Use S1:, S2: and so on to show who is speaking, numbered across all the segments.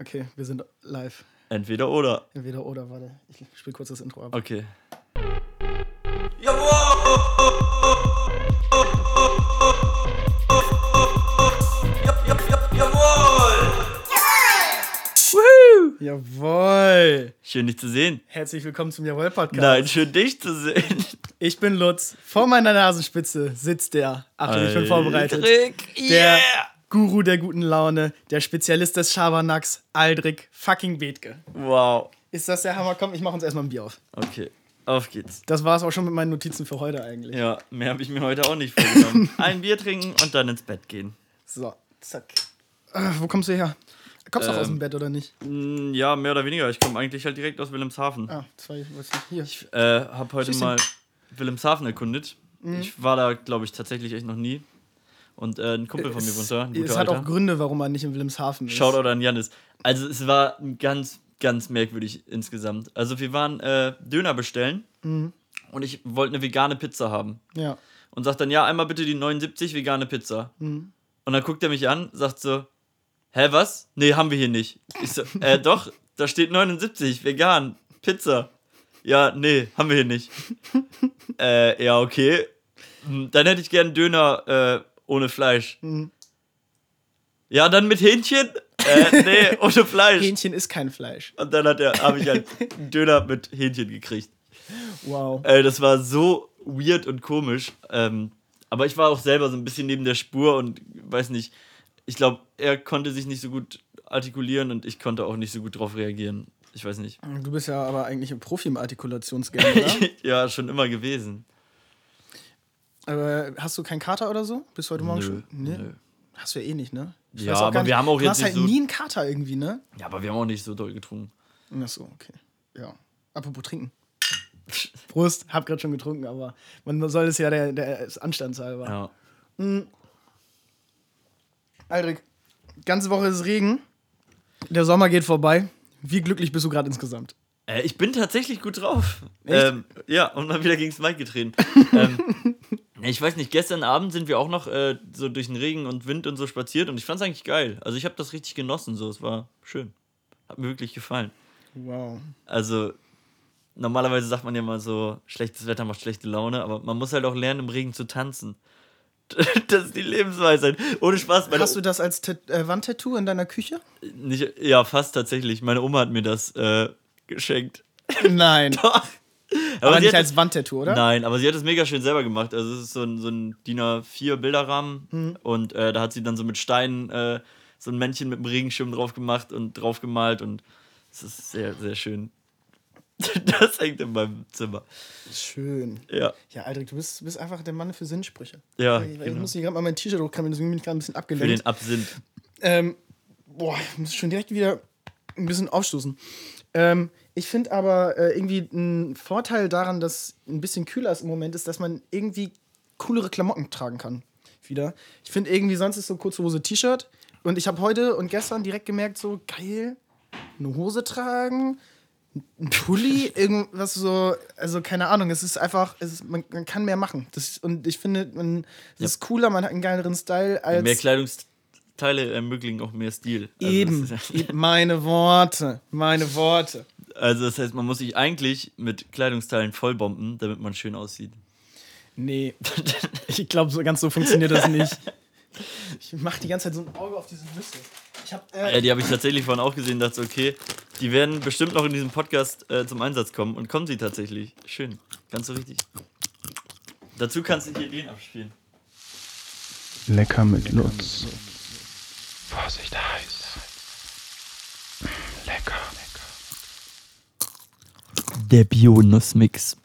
S1: Okay, wir sind live.
S2: Entweder oder.
S1: Entweder oder, warte. Ich spiele kurz das Intro ab.
S2: Okay.
S1: Jawohl!
S2: Schön dich zu sehen.
S1: Herzlich willkommen zum Jawohl-Podcast.
S2: Nein, schön dich zu sehen.
S1: Ich bin Lutz. Vor meiner Nasenspitze sitzt der. Achtung, ich bin vorbereitet.
S2: Trick.
S1: Der
S2: Yeah.
S1: Guru der guten Laune, der Spezialist des Schabernacks, Aldrich fucking Bethke.
S2: Wow.
S1: Ist das der Hammer? Komm, ich mache uns erstmal ein Bier auf.
S2: Okay, auf geht's.
S1: Das war es auch schon mit meinen Notizen für heute eigentlich.
S2: Ja, mehr habe ich mir heute auch nicht vorgenommen. Ein Bier trinken und dann ins Bett gehen.
S1: So, zack. Äh, wo kommst du her? Kommst du auch aus
S2: Ähm.
S1: dem Bett oder nicht?
S2: Hm, Ja, mehr oder weniger. Ich komme eigentlich halt direkt aus Wilhelmshaven.
S1: Ah, zwei, weiß nicht. Hier. Ich,
S2: Äh, habe heute
S1: Tschüssi.
S2: mal Wilhelmshaven erkundet. Ich war da, glaube ich, tatsächlich echt noch nie. Und äh, ein Kumpel von mir runter, ein guter
S1: es hat
S2: Alter.
S1: auch Gründe, warum man nicht in Wilhelmshaven ist.
S2: Shoutout an Janis. Also es war ganz, ganz merkwürdig insgesamt. Also wir waren äh, Döner bestellen und ich wollte eine vegane Pizza haben.
S1: Ja.
S2: Und sagt dann, ja, einmal bitte die 79 vegane Pizza. Und dann guckt er mich an, sagt so, hä, was? Nee, haben wir hier nicht. Ich so, äh, doch, da steht 79, vegan, Pizza. Ja, nee, haben wir hier nicht. äh, ja, okay. Hm, Dann hätte ich gern Döner äh, ohne Fleisch. Ja, dann mit Hähnchen? Äh, nee, ohne Fleisch.
S1: Hähnchen ist kein Fleisch.
S2: Und dann hat er, habe ich halt einen Döner mit Hähnchen gekriegt.
S1: Wow.
S2: Ey, Äh, das war so weird und komisch. Ähm, aber ich war auch selber so ein bisschen neben der Spur und weiß nicht, ich glaube, er konnte sich nicht so gut artikulieren und ich konnte auch nicht so gut drauf reagieren. Ich weiß nicht.
S1: Du bist ja aber eigentlich ein Profi im Artikulationsgame, oder?
S2: ja, schon immer gewesen.
S1: aber hast du keinen Kater oder so? Bis heute Morgen
S2: Nö,
S1: schon? Nee.
S2: nö.
S1: Hast du ja eh nicht, ne? Ich
S2: Ja,
S1: weiß auch gar
S2: aber wir haben auch
S1: du
S2: jetzt
S1: hast
S2: nicht
S1: halt
S2: so-
S1: nie einen Kater irgendwie, ne?
S2: Ja, aber wir haben auch nicht so doll getrunken.
S1: Achso, okay. Ja. Apropos trinken. Prost, hab grad schon getrunken, aber man soll es ja der, der ist Anstandshalber.
S2: Ja.
S1: Aldrich, ganze Woche ist Regen. Der Sommer geht vorbei. Wie glücklich bist du gerade insgesamt?
S2: Äh, ich bin tatsächlich gut drauf.
S1: Echt?
S2: Ähm, ja, und mal wieder gegens Mike getreten. ähm, ich weiß nicht, gestern Abend sind wir auch noch äh, so durch den Regen und Wind und so spaziert und ich fand's eigentlich geil. Also ich habe das richtig genossen, so es war schön. Hat mir wirklich gefallen.
S1: Wow.
S2: Also normalerweise sagt man ja mal so, schlechtes Wetter macht schlechte Laune, aber man muss halt auch lernen, im Regen zu tanzen. Das ist die Lebensweisheit. Ohne Spaß. Meine
S1: Hast du das als Tat äh, Wandtattoo in deiner Küche?
S2: O- nicht, ja, fast tatsächlich. Meine Oma hat mir das äh, geschenkt.
S1: Nein.
S2: aber
S1: aber
S2: sie
S1: nicht
S2: hat-
S1: als Wandtattoo, oder?
S2: Nein, aber sie hat es mega schön selber gemacht. Also es ist so ein, so ein DIN A4 Bilderrahmen und äh, da hat sie dann so mit Steinen äh, so ein Männchen mit einem Regenschirm drauf gemacht und drauf gemalt und es ist sehr, sehr schön. Das hängt in meinem Zimmer.
S1: Schön.
S2: Ja,
S1: Ja, Aldrich, du bist, bist einfach der Mann für Sinnsprüche.
S2: ja,
S1: ich, ich
S2: genau.
S1: muss hier gerade mal mein T-Shirt hochkramen, deswegen bin ich gerade ein bisschen
S2: Für
S1: abgelenkt.
S2: den Absinth.
S1: Ähm, boah, ich muss schon direkt wieder ein bisschen aufstoßen. Ähm, ich finde aber äh, irgendwie einen Vorteil daran, dass ein bisschen kühler es im Moment ist, dass man irgendwie coolere Klamotten tragen kann. Wieder. Ich finde irgendwie, sonst ist so kurze Hose T-Shirt. Und ich habe heute und gestern direkt gemerkt, so geil, eine Hose tragen, ein Pulli, irgendwas so, also keine Ahnung, es ist einfach, es ist, man, man kann mehr machen. Das, und ich finde, man, es ist cooler, man hat einen geileren Style als.
S2: Mehr Kleidungsteile ermöglichen auch mehr Stil. Also
S1: Eben,
S2: es ist-
S1: eben, meine Worte, meine Worte.
S2: Also das heißt, man muss sich eigentlich mit Kleidungsteilen vollbomben, damit man schön aussieht.
S1: Nee, ich glaube, so ganz so funktioniert das nicht. Ich mache die ganze Zeit so ein Auge auf diese Nüsse. Ich hab, äh,
S2: Ja, die habe ich tatsächlich vorhin auch gesehen, dachte so, okay, die werden bestimmt noch in diesem Podcast äh, zum Einsatz kommen und kommen sie tatsächlich. Schön, ganz so richtig. Dazu kannst du dir den abspielen.
S3: Lecker mit Lutz. Vorsicht, heiß. Lecker.
S2: Der Bio-Nuss-Mix.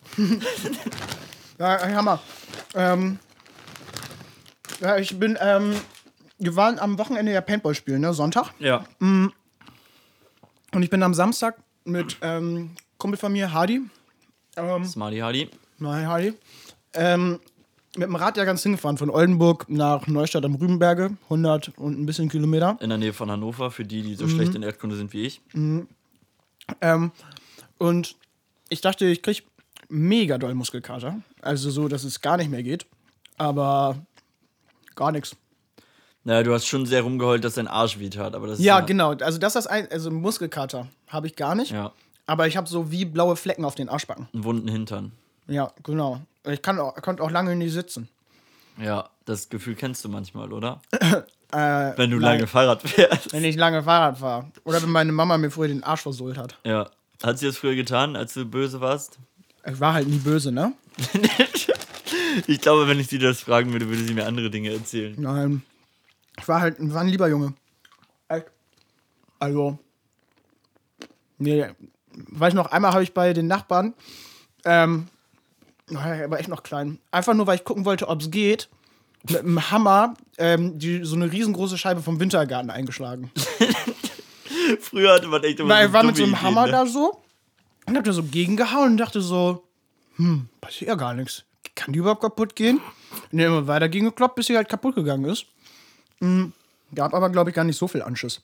S1: ja, Hammer. Ähm, ja, ich bin, ähm, wir waren am Wochenende ja Paintball spielen, ne, Sonntag.
S2: Ja.
S1: Und ich bin am Samstag mit, ähm, Kumpel von mir, Hardy. Ähm,
S2: Smarty Hardy.
S1: Nein, Hardy. Ähm, mit dem Rad ja ganz hingefahren, von Oldenburg nach Neustadt am Rübenberge, 100 und ein bisschen Kilometer.
S2: In der Nähe von Hannover, für die,
S1: Mhm.
S2: die so schlecht in Erdkunde sind wie ich.
S1: Ähm, und ich dachte, ich krieg mega doll Muskelkater. Also so, dass es gar nicht mehr geht. Aber gar nichts.
S2: Naja, du hast schon sehr rumgeheult, dass dein Arsch weh tat, aber das ist
S1: Ja, genau. Also das ist ein, also Muskelkater habe ich gar nicht.
S2: Ja,
S1: Aber ich habe so wie blaue Flecken auf den Arschbacken.
S2: einen wunden Hintern.
S1: Ja, genau. Ich kann auch, konnte auch lange nicht sitzen.
S2: Ja, das Gefühl kennst du manchmal, oder? Wenn du lange
S1: Äh, nein.
S2: Fahrrad fährst.
S1: Wenn ich lange Fahrrad fahre. Oder wenn meine Mama mir früher den Arsch versohlt hat.
S2: Ja. Hat sie das früher getan, als du böse warst?
S1: Ich war halt nie böse, ne?
S2: Ich glaube, wenn ich sie das fragen würde, würde sie mir andere Dinge erzählen.
S1: Nein. Ich war halt ich war ein lieber Junge. Ich- Also. Nee, weiß ich noch, einmal habe ich bei den Nachbarn, ähm, naja, er war echt noch klein, einfach nur, weil ich gucken wollte, ob es geht, mit einem Hammer ähm, die, so eine riesengroße Scheibe vom Wintergarten eingeschlagen.
S2: Früher hatte man echt immer
S1: Weil ich war mit so
S2: dumme
S1: einem
S2: Ideen,
S1: Hammer
S2: ne?
S1: da so und hab da so gegengehauen und dachte so, hm, passiert ja gar nichts. Kann die überhaupt kaputt gehen? Und dann immer weiter gegen gekloppt, bis sie halt kaputt gegangen ist. Hm, gab aber, glaube ich, gar nicht so viel Anschiss.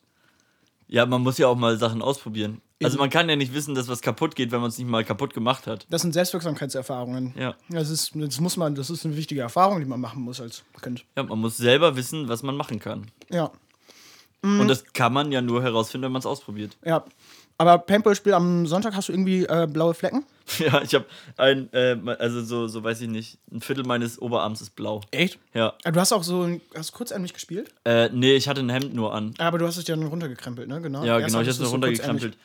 S2: Ja, man muss ja auch mal Sachen ausprobieren. Also
S1: Mhm.
S2: man kann ja nicht wissen, dass was kaputt geht, wenn man es nicht mal kaputt gemacht hat.
S1: Das sind Selbstwirksamkeitserfahrungen.
S2: Ja.
S1: Das ist, das muss man, das ist eine wichtige Erfahrung, die man machen muss als Kind.
S2: Ja, man muss selber wissen, was man machen kann.
S1: Ja, Mhm.
S2: Und das kann man ja nur herausfinden, wenn man es ausprobiert.
S1: ja. Aber Paintball-Spiel am Sonntag hast du irgendwie äh, blaue Flecken?
S2: Ja, ich habe ein, äh, also so, so weiß ich nicht, ein Viertel meines Oberarms ist blau.
S1: Echt?
S2: Ja.
S1: Du hast auch so, ein- hast kurzärmlich gespielt,
S2: Äh, nee, ich hatte ein Hemd nur an.
S1: aber du hast es ja dann runtergekrempelt, ne? Genau.
S2: Ja,
S1: Erst
S2: genau, ich
S1: hattest
S2: hatte es
S1: du
S2: noch
S1: es so kurzärmlich.
S2: runtergekrempelt.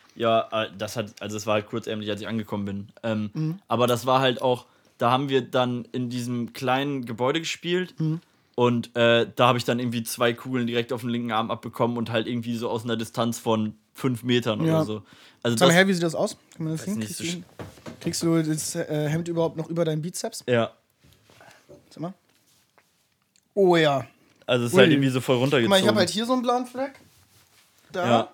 S2: Ja, äh, das hat, also es war halt kurzärmlich, als ich angekommen bin. Ähm,
S1: Mhm.
S2: Aber das war halt auch, da haben wir dann in diesem kleinen Gebäude gespielt
S1: Mhm.
S2: und äh, da habe ich dann irgendwie zwei Kugeln direkt auf den linken Arm abbekommen und halt irgendwie so aus einer Distanz von fünf Metern oder
S1: Ja.
S2: so. Also
S1: Sag
S2: das,
S1: mal her, wie sieht das aus? Kann man das
S2: ist
S1: sehen?
S2: nicht
S1: Kriegst,
S2: so
S1: du, kriegst du das äh, Hemd überhaupt noch über deinen Bizeps?
S2: ja,
S1: Sag mal. Oh ja.
S2: also es ist
S1: Ui.
S2: halt irgendwie so voll
S1: Guck
S2: runtergezogen.
S1: mal, ich habe halt hier so einen blauen Fleck. Da.
S2: Ja.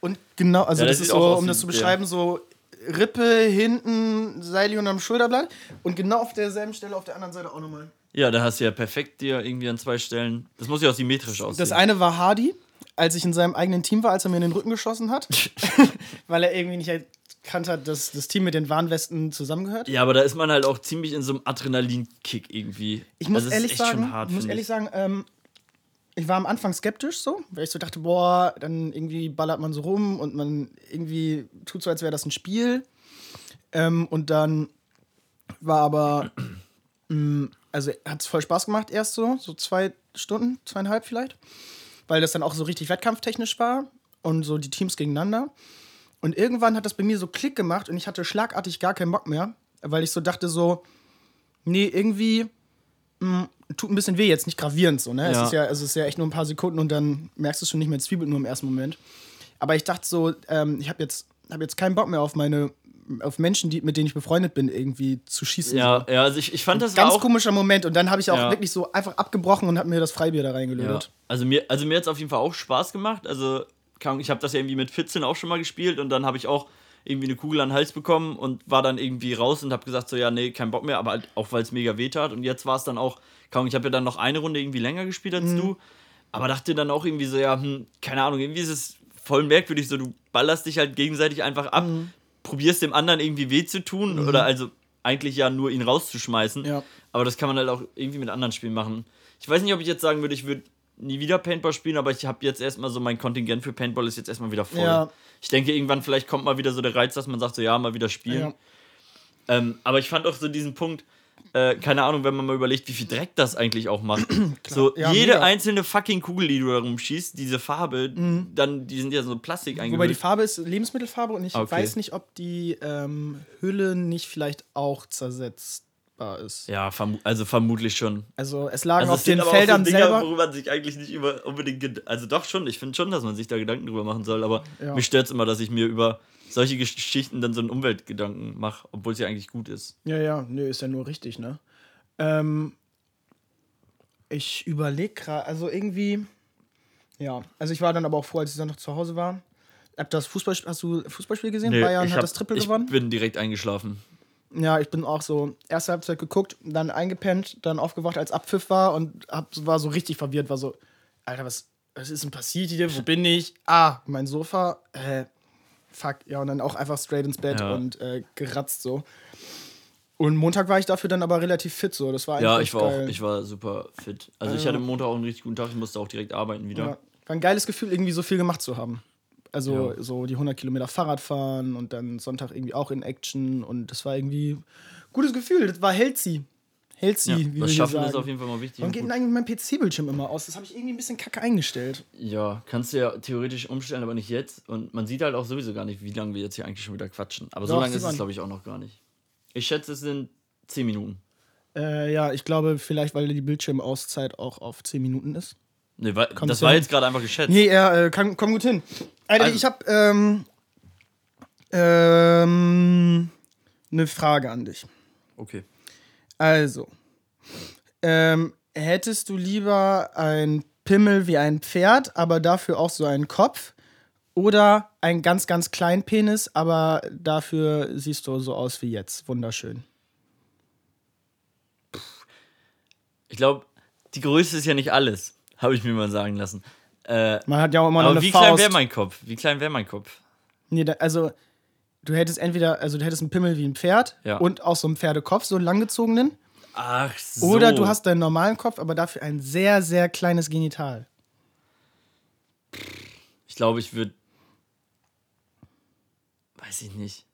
S1: Und genau, also
S2: Ja, das
S1: das, ist
S2: sieht auch
S1: so,
S2: aus
S1: um
S2: wie-
S1: das zu
S2: ja.
S1: beschreiben, so Rippe, hinten, Seil und am Schulterblatt. Und genau auf derselben Stelle auf der anderen Seite auch nochmal.
S2: Ja, da hast du ja perfekt dir irgendwie an zwei Stellen. Das muss ja auch symmetrisch aussehen.
S1: Das eine war Hardy, als ich in seinem eigenen Team war, als er mir in den Rücken geschossen hat. weil er irgendwie nicht erkannt hat, dass das Team mit den Warnwesten zusammengehört.
S2: ja, aber da ist man halt auch ziemlich in so einem Adrenalinkick irgendwie.
S1: Ich muss
S2: Also, es ist
S1: ehrlich
S2: echt schon
S1: sagen,
S2: hart,
S1: ich muss
S2: find
S1: ehrlich sagen, ähm, ich war am Anfang skeptisch so, weil ich so dachte, boah, dann irgendwie ballert man so rum und man irgendwie tut so, als wäre das ein Spiel. Ähm, und dann war aber, ähm, also hat es voll Spaß gemacht erst so, so zwei Stunden, zweieinhalb vielleicht, weil das dann auch so richtig wettkampftechnisch war und so die Teams gegeneinander. Und irgendwann hat das bei mir so Klick gemacht und ich hatte schlagartig gar keinen Bock mehr, weil ich so dachte so, nee, irgendwie mh, tut ein bisschen weh, jetzt nicht gravierend so, ne?
S2: Ja.
S1: Es, ist ja, es ist ja echt nur ein paar Sekunden und dann merkst du es schon nicht mehr, zwiebelt nur im ersten Moment. Aber ich dachte so, ähm, ich habe jetzt, hab jetzt keinen Bock mehr auf meine, auf Menschen, die, mit denen ich befreundet bin, irgendwie zu schießen.
S2: Ja, ja, also ich, ich fand das war
S1: Ganz
S2: auch.
S1: komischer Moment und dann habe ich auch
S2: Ja.
S1: wirklich so einfach abgebrochen und habe mir das Freibier da
S2: Ja,
S1: reingelötet.
S2: also mir, also mir hat es auf jeden Fall auch Spaß gemacht. Also keine Ahnung, ich habe das ja irgendwie mit 14 auch schon mal gespielt und dann habe ich auch irgendwie eine Kugel an den Hals bekommen und war dann irgendwie raus und habe gesagt so ja nee kein Bock mehr, aber halt auch weil es mega weh tat und jetzt war es dann auch, keine Ahnung, ich habe ja dann noch eine Runde irgendwie länger gespielt
S1: Mhm.
S2: als du, aber dachte dann auch irgendwie so ja hm, keine Ahnung, irgendwie ist es voll merkwürdig so du ballerst dich halt gegenseitig einfach ab,
S1: Mhm.
S2: probierst dem anderen irgendwie weh zu tun oder also eigentlich ja nur ihn rauszuschmeißen.
S1: Ja.
S2: Aber das kann man halt auch irgendwie mit anderen Spielen machen. Ich weiß nicht, ob ich jetzt sagen würde, ich würde nie wieder Paintball spielen, aber ich habe jetzt erstmal so mein Kontingent für Paintball ist jetzt erstmal wieder voll.
S1: Ja.
S2: Ich denke, irgendwann vielleicht kommt mal wieder so der Reiz, dass man sagt, so ja, mal wieder spielen.
S1: Ja.
S2: Ähm, aber ich fand auch so diesen Punkt, äh, keine Ahnung, wenn man mal überlegt, wie viel Dreck das eigentlich auch macht. so
S1: Ja,
S2: jede
S1: mega.
S2: einzelne fucking Kugel, die du da rumschießt, diese Farbe, dann, die sind ja so Plastik
S1: Mhm. Wobei die
S2: eingehüllt.
S1: Farbe ist Lebensmittelfarbe und ich
S2: Okay.
S1: weiß nicht, ob die ähm, Hülle nicht vielleicht auch zersetzbar ist.
S2: Ja, vermu also vermutlich schon.
S1: Also es lagen
S2: Also
S1: auf
S2: es sind
S1: den
S2: aber auch so
S1: Feldern
S2: Dinge,
S1: selber.
S2: worüber man sich eigentlich nicht über unbedingt ged- also doch schon, ich finde schon, dass man sich da Gedanken drüber machen soll, aber
S1: Ja.
S2: mich stört es immer, dass ich mir über solche Gesch- Geschichten dann so einen Umweltgedanken mache, obwohl es ja eigentlich gut ist.
S1: Ja, ja, nö, ist ja nur richtig, ne? Ähm, ich überlege gerade, also irgendwie, ja, also ich war dann aber auch froh, als ich dann noch zu Hause war. Hab das Fußball, hast du Fußballspiel gesehen? Bayern hat das Triple gewonnen.
S2: Ich bin direkt eingeschlafen.
S1: Ja, ich bin auch so erste Halbzeit geguckt, dann eingepennt, dann aufgewacht, als Abpfiff war und hab, war so richtig verwirrt, war so, Alter, was, was ist denn passiert hier? Wo bin ich? Ah, mein Sofa. Äh, fuck, ja, und dann auch einfach straight ins Bett
S2: Ja.
S1: und äh, geratzt so. Und Montag war ich dafür dann aber relativ fit, so. Das war
S2: Ja,
S1: eigentlich
S2: ich war auch,
S1: geil.
S2: ich war super fit. Also ich
S1: Ja.
S2: hatte am Montag auch einen richtig guten Tag, ich musste auch direkt arbeiten wieder.
S1: Ja. War ein geiles Gefühl, irgendwie so viel gemacht zu haben. Also so die 100 Kilometer Fahrrad fahren und dann Sonntag irgendwie auch in Action und das war irgendwie gutes Gefühl. Das war healthy. Healthy,
S2: Ja,
S1: wie wir
S2: das
S1: hier
S2: Schaffen
S1: sagen.
S2: ist auf jeden Fall mal wichtig.
S1: Warum
S2: und
S1: geht
S2: gut.
S1: denn eigentlich mein PC-Bildschirm immer aus? Das habe ich irgendwie ein bisschen kacke eingestellt.
S2: Ja, kannst du ja theoretisch umstellen, aber nicht jetzt. Und man sieht halt auch sowieso gar nicht, wie lange wir jetzt hier eigentlich schon wieder quatschen. Aber so
S1: Doch,
S2: lange
S1: sieht
S2: ist
S1: man.
S2: es, glaube ich, auch noch gar nicht. Ich schätze, es sind 10 Minuten.
S1: Äh, ja, ich glaube vielleicht, weil die Bildschirmauszeit auch auf 10 Minuten ist.
S2: Nee, weil,
S1: Kommst
S2: das
S1: du
S2: war
S1: hin?
S2: jetzt gerade einfach geschätzt.
S1: Nee, er äh, kann, komm gut hin. Alter,
S2: Also-
S1: ich habe ähm, ähm, eine Frage an dich.
S2: Okay.
S1: Also, ähm, hättest du lieber ein Pimmel wie ein Pferd, aber dafür auch so einen Kopf? Oder einen ganz, ganz kleinen Penis, aber dafür siehst du so aus wie jetzt. Wunderschön.
S2: Ich glaube, die Größe ist ja nicht alles, habe ich mir mal sagen lassen. Äh,
S1: Man hat ja auch immer noch
S2: aber
S1: eine
S2: wie klein
S1: Faust.
S2: wäre mein Kopf? Wie klein wäre mein Kopf?
S1: nee, da, also, du hättest entweder, also du hättest einen Pimmel wie ein Pferd
S2: Ja.
S1: und auch so einen Pferdekopf, so einen langgezogenen.
S2: Ach so.
S1: Oder du hast deinen normalen Kopf, aber dafür ein sehr, sehr kleines Genital.
S2: Ich glaube, ich würde. Weiß ich nicht.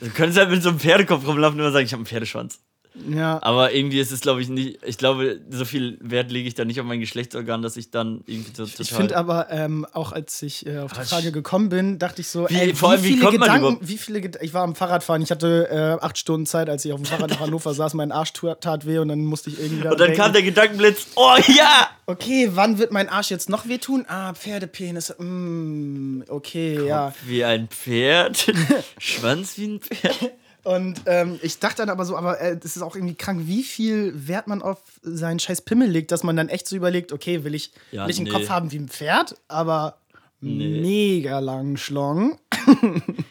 S2: Du könntest halt mit so einem Pferdekopf rumlaufen und immer sagen, ich habe einen Pferdeschwanz.
S1: Ja.
S2: Aber irgendwie ist es, glaube ich, nicht. Ich glaube, so viel Wert lege ich da nicht auf mein Geschlechtsorgan, dass ich dann irgendwie so total.
S1: Ich finde aber ähm, auch, als ich äh, auf die
S2: Aber es-
S1: Frage gekommen bin, dachte ich so,
S2: Wie-
S1: ey,
S2: vor allem,
S1: wie
S2: wie
S1: viele
S2: kommt man
S1: Gedanken,
S2: überhaupt-
S1: wie viele Ged ich war am Fahrradfahren, ich hatte äh, acht Stunden Zeit, als ich auf dem Fahrrad nach Hannover saß, mein Arsch tu- tat weh und dann musste ich irgendwie
S2: und dann kam der Gedankenblitz, oh ja!
S1: okay, wann wird mein Arsch jetzt noch wehtun? Ah, Pferdepenis, mm, okay, ja.
S2: Wie ein Pferd. Schwanz wie ein Pferd.
S1: Und ähm, ich dachte dann aber so, aber äh, das ist auch irgendwie krank, wie viel Wert man auf seinen scheiß Pimmel legt, dass man dann echt so überlegt, okay, will ich
S2: Ja,
S1: nicht
S2: nee.
S1: einen Kopf haben wie ein Pferd, aber mega langen Schlong.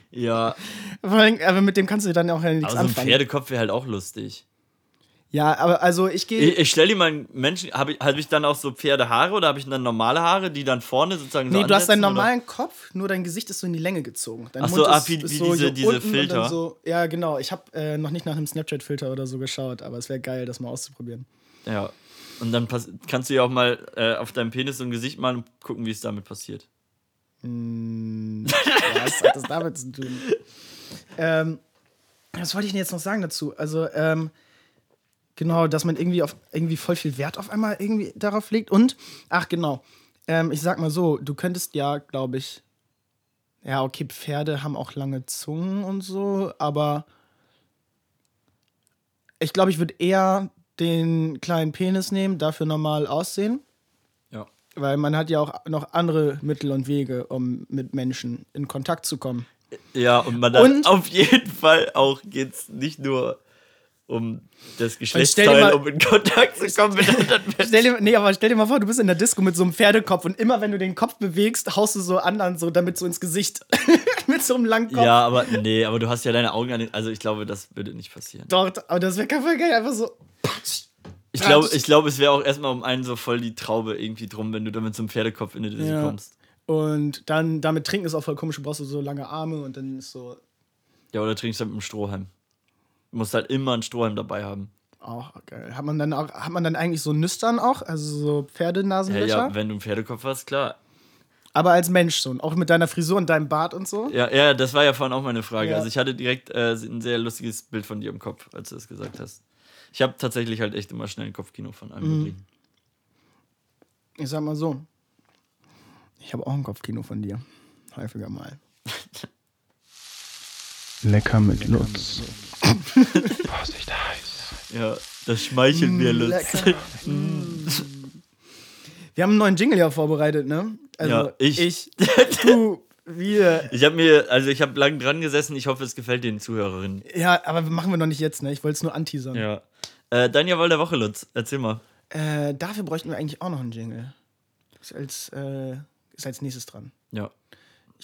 S2: Ja,
S1: Vor allem, aber mit dem kannst du dann auch ja nichts
S2: aber so ein
S1: anfangen.
S2: Pferdekopf wäre halt auch lustig.
S1: ja, aber also ich gehe.
S2: Ich, ich stelle dir mal einen Menschen, habe ich, hab ich dann auch so Pferdehaare oder habe ich dann normale Haare, die dann vorne sozusagen so
S1: Nee, du hast deinen
S2: ansetzen, oder?
S1: normalen Kopf, nur dein Gesicht ist so in die Länge gezogen. Dein
S2: Ach so,
S1: Mund
S2: ah,
S1: ist,
S2: wie-
S1: ist
S2: wie
S1: so
S2: diese-
S1: hier
S2: diese
S1: unten und dann
S2: Filter.
S1: So, ja, genau. Ich habe äh, noch nicht nach einem Snapchat-Filter oder so geschaut, aber es wäre geil, das mal auszuprobieren.
S2: Ja. Und dann pass- kannst du ja auch mal äh, auf deinem Penis so ein Gesicht malen und gucken, wie es damit passiert.
S1: Was hat das damit zu tun? ähm, was wollte ich denn jetzt noch sagen dazu? Also, ähm, genau, dass man irgendwie auf irgendwie voll viel Wert auf einmal irgendwie darauf legt. Und, ach genau, ähm, ich sag mal so, du könntest ja, glaube ich, ja, okay, Pferde haben auch lange Zungen und so, aber ich glaube, ich würde eher den kleinen Penis nehmen, dafür normal aussehen.
S2: Ja.
S1: Weil man hat ja auch noch andere Mittel und Wege, um mit Menschen in Kontakt zu kommen.
S2: Ja, und man dann
S1: Und-
S2: auf jeden Fall auch geht's nicht nur um das
S1: stell dir
S2: Geschlechtsteil,
S1: mal-
S2: um in Kontakt zu kommen mit anderen Menschen.
S1: Stell dir, nee, aber stell dir mal vor, du bist in der Disco mit so einem Pferdekopf und immer wenn du den Kopf bewegst, haust du so anderen so damit so ins Gesicht. mit so einem langen Kopf.
S2: Ja, aber nee, aber du hast ja deine Augen an den. Also ich glaube, das würde nicht passieren.
S1: Dort, aber das wäre voll geil, einfach so.
S2: Ich glaube, ich glaube, es wäre auch erstmal um einen so voll die Traube irgendwie drum, wenn du damit zum Pferdekopf in die Disney
S1: Ja.
S2: kommst.
S1: Und dann damit trinken ist auch voll komisch, du brauchst so lange Arme und dann ist so
S2: Ja, oder trinkst halt mit einem Strohhalm. Du musst halt immer einen Strohhalm dabei haben.
S1: auch geil. Hat man dann auch, hat man dann eigentlich so Nüstern auch, also so
S2: Ja,
S1: Pferdenasenlöcher,
S2: ja, wenn du einen Pferdekopf hast, klar.
S1: aber als Mensch so, und auch mit deiner Frisur und deinem Bart und so.
S2: Ja, ja, das war ja vorhin auch meine Frage.
S1: Ja.
S2: Also ich hatte direkt äh, ein sehr lustiges Bild von dir im Kopf, als du das gesagt hast. Ich habe tatsächlich halt echt immer schnell ein Kopfkino von einem
S1: Mhm.
S2: gekriegt.
S1: Ich sag mal so. Ich habe auch ein Kopfkino von dir. Häufiger mal.
S3: Lecker mit Lutz. Vorsicht heiß.
S2: Ja, das schmeichelt mir Lutz.
S1: Mm, lecker. Mm. Wir haben einen neuen Jingle ja vorbereitet, ne?
S2: Ja, ich.
S1: du, wir.
S2: Ich habe mir, also ich habe lang dran gesessen. Ich hoffe, es gefällt den Zuhörerinnen.
S1: Ja, aber machen wir noch nicht jetzt, ne? Ich wollte es nur anteasern.
S2: Ja. Äh, dein Jawohl der Woche, Lutz. Erzähl mal.
S1: Äh, dafür bräuchten wir eigentlich auch noch einen Jingle. Ist als, äh, ist als nächstes dran.
S2: Ja.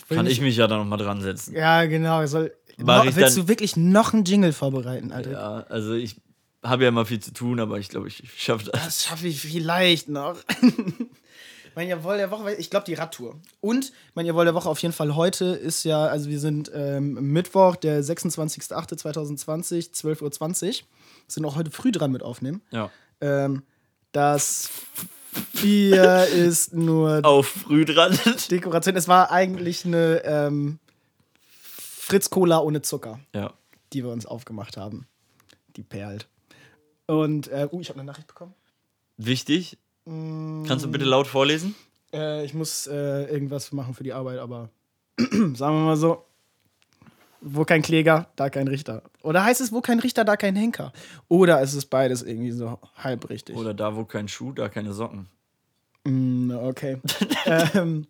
S1: will
S2: Kann
S1: nicht-
S2: ich mich ja da nochmal dran setzen.
S1: Ja, genau. Soll,
S2: Mach
S1: no,
S2: ich
S1: willst
S2: dann-
S1: du wirklich noch einen Jingle vorbereiten, Alter?
S2: Ja, also ich habe ja immer viel zu tun, aber ich glaube, ich schaffe das.
S1: Das schaffe ich vielleicht noch. Mein Jawohl der Woche, ich glaube die Radtour. Und mein Jawohl der Woche auf jeden Fall heute ist ja, also wir sind ähm, Mittwoch, der 26.08.2020, 12.20 Uhr. Sind auch heute früh dran mit aufnehmen.
S2: Ja.
S1: Ähm, das Bier ist nur
S2: Auf früh dran.
S1: Dekoration. Es war eigentlich eine ähm, Fritz-Cola ohne Zucker,
S2: ja.
S1: die wir uns aufgemacht haben. Die perlt. Und, äh, uh, ich habe eine Nachricht bekommen.
S2: Wichtig.
S1: Mm.
S2: Kannst du bitte laut vorlesen?
S1: Äh, ich muss äh, irgendwas machen für die Arbeit, aber sagen wir mal so: Wo kein Kläger, da kein Richter. Oder heißt es, wo kein Richter, da kein Henker? Oder ist es beides irgendwie so halb richtig?
S2: Oder da, wo kein Schuh, da keine Socken.
S1: Mm, okay. ähm,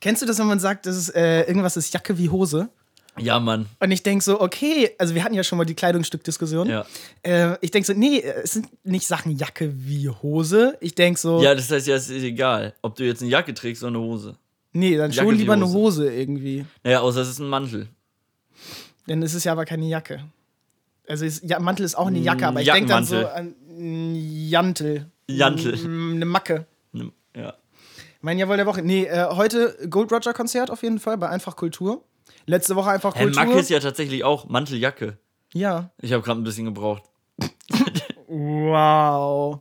S1: kennst du das, wenn man sagt, das ist, äh, irgendwas ist Jacke wie Hose?
S2: Ja, Mann.
S1: Und ich denke so, okay, also wir hatten ja schon mal die Kleidungsstück-Diskussion.
S2: Ja.
S1: Äh, ich denke so, nee, es sind nicht Sachen Jacke wie Hose. Ich denke so,
S2: Ja, das heißt ja, es ist egal, ob du jetzt eine Jacke trägst oder eine Hose.
S1: nee, dann
S2: Jacke
S1: schon
S2: wie
S1: lieber eine
S2: Hose.
S1: Hose irgendwie.
S2: Naja, außer es ist ein Mantel.
S1: Dann ist es ja aber keine Jacke. Also ist, ja, Mantel ist auch eine Jacke, aber
S2: Mm,
S1: ich denke dann so an n, Jantel.
S2: Jantel.
S1: M, Eine Macke.
S2: Ne- Ja.
S1: Mein Jawohl der Woche. Nee, äh, heute Gold Roger Konzert auf jeden Fall bei Einfach Kultur. Letzte Woche Einfach
S2: Hey,
S1: Kultur.
S2: Macke ist ja tatsächlich auch Manteljacke.
S1: ja.
S2: Ich habe gerade ein bisschen gebraucht.
S1: Wow.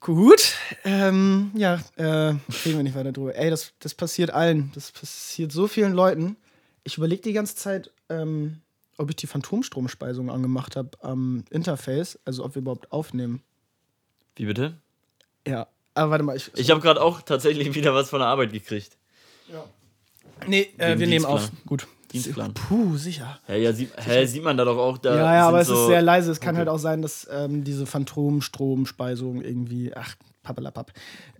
S1: Gut. Ähm, ja, äh, reden wir nicht weiter drüber. Ey, das, das passiert allen. Das passiert so vielen Leuten. Ich überlege die ganze Zeit, ähm, ob ich die Phantomstromspeisung angemacht habe am Interface. Also, ob wir überhaupt aufnehmen.
S2: Wie bitte?
S1: Ja. Aber warte mal, ich.
S2: Ich habe gerade auch tatsächlich wieder was von der Arbeit gekriegt.
S1: nee, äh,
S2: Wegen
S1: wir nehmen
S2: Dienstplan.
S1: auf. Gut.
S2: Dienstplan.
S1: Puh, sicher.
S2: Hä, ja, sieht, hä, sieht man da doch auch. Da
S1: Ja, ja,
S2: sind
S1: aber es
S2: so,
S1: ist sehr leise. Es kann halt auch sein, dass ähm, diese Phantomstromspeisung irgendwie. Ach, pappelapapp.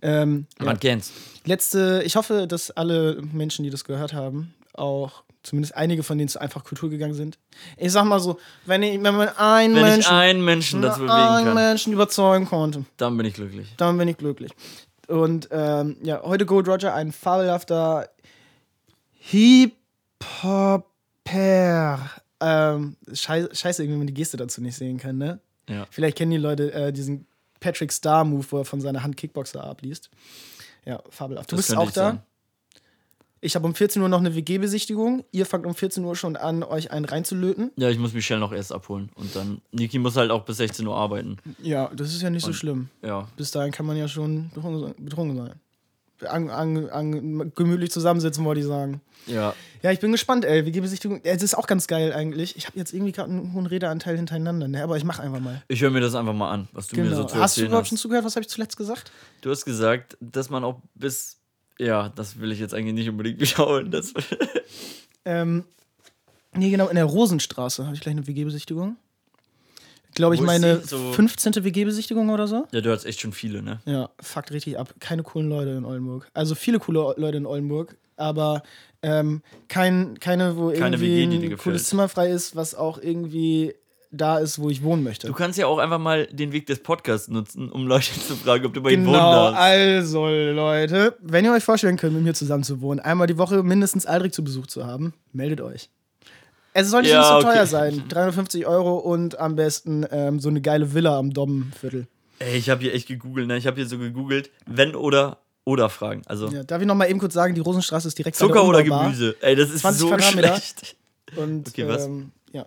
S1: Ähm, ja.
S2: Man kennt's.
S1: Letzte, ich hoffe, dass alle Menschen, die das gehört haben, auch zumindest einige von denen zu einfach Kultur gegangen sind. Ich sag mal so, wenn, ich, wenn man einen
S2: Wenn ich
S1: Menschen,
S2: einen Menschen dazu bewegen
S1: einen
S2: kann,
S1: Menschen überzeugen konnte,
S2: dann bin ich glücklich.
S1: dann bin ich glücklich. Und ähm, ja, heute Gold Roger, ein fabelhafter Hip-Hopper. Ähm, scheiße, scheiße, irgendwie, wenn man die Geste dazu nicht sehen kann, ne?
S2: Ja.
S1: Vielleicht kennen die Leute äh, diesen Patrick Star-Move, wo er von seiner Hand Kickboxer abliest. Ja, fabelhaft. Du
S2: das
S1: bist
S2: könnte
S1: auch
S2: ich
S1: da.
S2: sein.
S1: Ich habe um 14 Uhr noch eine WG-Besichtigung. Ihr fangt um 14 Uhr schon an, euch einen reinzulöten.
S2: Ja, ich muss Michelle noch erst abholen. Und dann. Niki muss halt auch bis 16 Uhr arbeiten.
S1: Ja, das ist ja nicht so schlimm.
S2: Ja.
S1: Bis dahin kann man ja schon betrunken sein- betrunken sein. An, an, an, gemütlich zusammensitzen, wollte ich sagen.
S2: Ja.
S1: Ja, ich bin gespannt, ey. WG-Besichtigung, es ist auch ganz geil eigentlich. Ich habe jetzt irgendwie gerade einen hohen Redeanteil hintereinander, ne? aber ich mache einfach mal. Genau.
S2: Ich höre mir das einfach mal an, was du mir so zu
S1: hast du
S2: erzählen
S1: überhaupt
S2: hast.
S1: schon zugehört? Was habe ich zuletzt gesagt?
S2: Du hast gesagt, dass man auch bis. Ja, das will ich jetzt eigentlich nicht unbedingt wiederholen. Das,
S1: Ähm, nee, genau, in der Rosenstraße habe ich gleich eine WG-Besichtigung. Glaube ich,
S2: Wo ist
S1: meine
S2: sie? So- 15.
S1: 15. WG-Besichtigung oder so.
S2: ja, du hast echt schon viele, ne?
S1: Ja, fuckt richtig ab. Keine coolen Leute in Oldenburg. Also viele coole O- Leute in Oldenburg, aber ähm, kein, keine, wo
S2: Keine
S1: irgendwie
S2: WG, die dir
S1: ein
S2: gefällt.
S1: cooles Zimmer frei ist, was auch irgendwie da ist, wo ich wohnen möchte.
S2: Du kannst ja auch einfach mal den Weg des Podcasts nutzen, um Leute zu fragen, ob du bei ihnen wohnen
S1: genau,
S2: darfst.
S1: also Leute, wenn ihr euch vorstellen könnt, mit mir zusammen zu wohnen, einmal die Woche mindestens Aldrich zu Besuch zu haben, meldet euch. Es soll nicht
S2: Ja,
S1: so
S2: okay.
S1: teuer sein. 350 Euro und am besten ähm, so eine geile Villa am Dommenviertel.
S2: Ey, ich habe hier echt gegoogelt, ne? Ich habe hier so gegoogelt, wenn oder oder Fragen. Also
S1: Ja, Also darf ich noch mal eben kurz sagen, die Rosenstraße ist direkt an der
S2: Zucker oder
S1: Ungarbar.
S2: Gemüse. Ey, das ist
S1: 20
S2: so
S1: Quadratmeter.
S2: schlecht.
S1: Und
S2: Okay, was?
S1: ähm, ja.